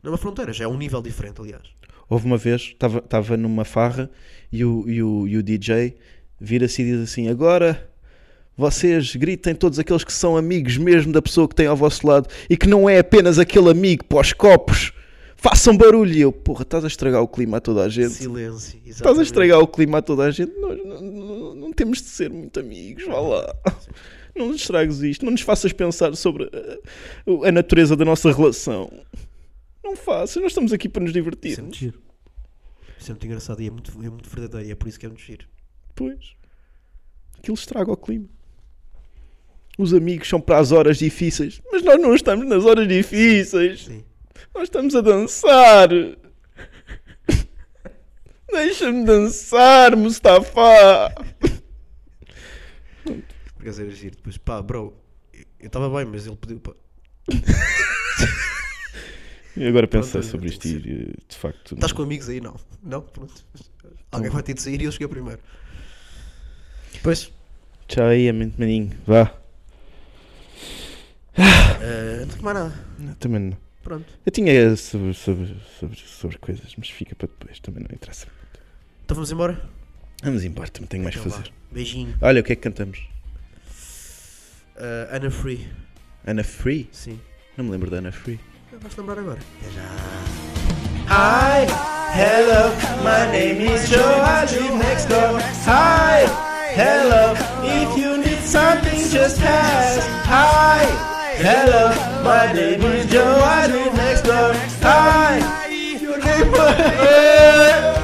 D: Não é uma fronteira, já é um nível diferente, aliás.
C: Houve uma vez, estava- estava numa farra e o, e o, e o DJ vira-se e diz assim: Agora Vocês gritem todos aqueles que são amigos mesmo da pessoa que tem ao vosso lado e que não é apenas aquele amigo pós copos. Façam barulho. E eu, porra, estás a estragar o clima a toda a gente.
D: Silêncio.
C: Estás
D: exatamente.
C: a estragar o clima a toda a gente. Nós não, não- não temos de ser muito amigos, vá lá. Não nos estragues isto. Não nos faças pensar sobre eh, a, a natureza da nossa relação. Não faças. Nós estamos aqui para nos divertir.
D: Isso é muito giro. Isso é muito engraçado e é muito, é muito verdadeiro e é por isso que é muito giro.
C: Pois. Aquilo estraga o clima. Os amigos são para as horas difíceis. Mas nós não estamos nas horas difíceis.
D: Sim.
C: Nós estamos a dançar. Deixa-me dançar, Mustafa.
D: Por acaso era giro. Depois, pá, bro, eu estava bem, mas ele pediu, pá.
H: Eu agora
D: Pronto,
H: pensei
D: olha,
H: sobre
D: tem
H: isto
D: que
H: e eh, de facto.
D: Estás com amigos aí? Não. Não? Pronto. Alguém vai ter de sair e ele chegou primeiro. Pois,
H: Tchau aí, mente é maninho. Vá.
D: eh, não tem mais nada.
H: Não, também não.
D: Pronto.
H: Eu tinha sobre, sobre, sobre, sobre coisas, mas fica para depois, também não interessa.
D: Então vamos embora?
H: Vamos embora, também tenho mais a
D: Então vá.
H: fazer.
D: Beijinho.
H: Olha, o que é que cantamos?
D: Eh, Ana Free.
H: Ana Free?
D: Sim.
H: Não me lembro da Ana Free.
D: Vais lembrar agora. Até já. Hi, hello, my name is Joe, I live next door. Hi, hello, if you need something just ask. Hi, hello, my name is Joe, I live next door. Hi, your neighbor.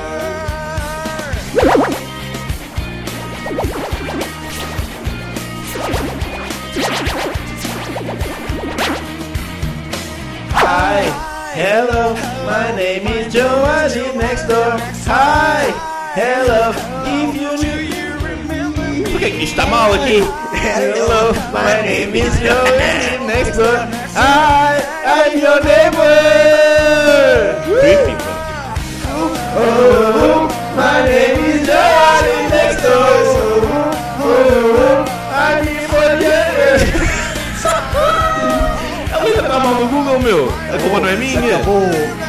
D: Hi, hello, my name is Joe, I live next door. Hi, hello, if you knew Por que que isto está mal aqui? Hello, my name is Joe, I live next door. Hi, I'm your neighbor.
H: Creepy, pá.
D: My name is Joe, I live next door. Oh, oh, oh, I'm your neighbor.
H: Tá mal no Google, meu. A culpa não é minha.
D: Acabou.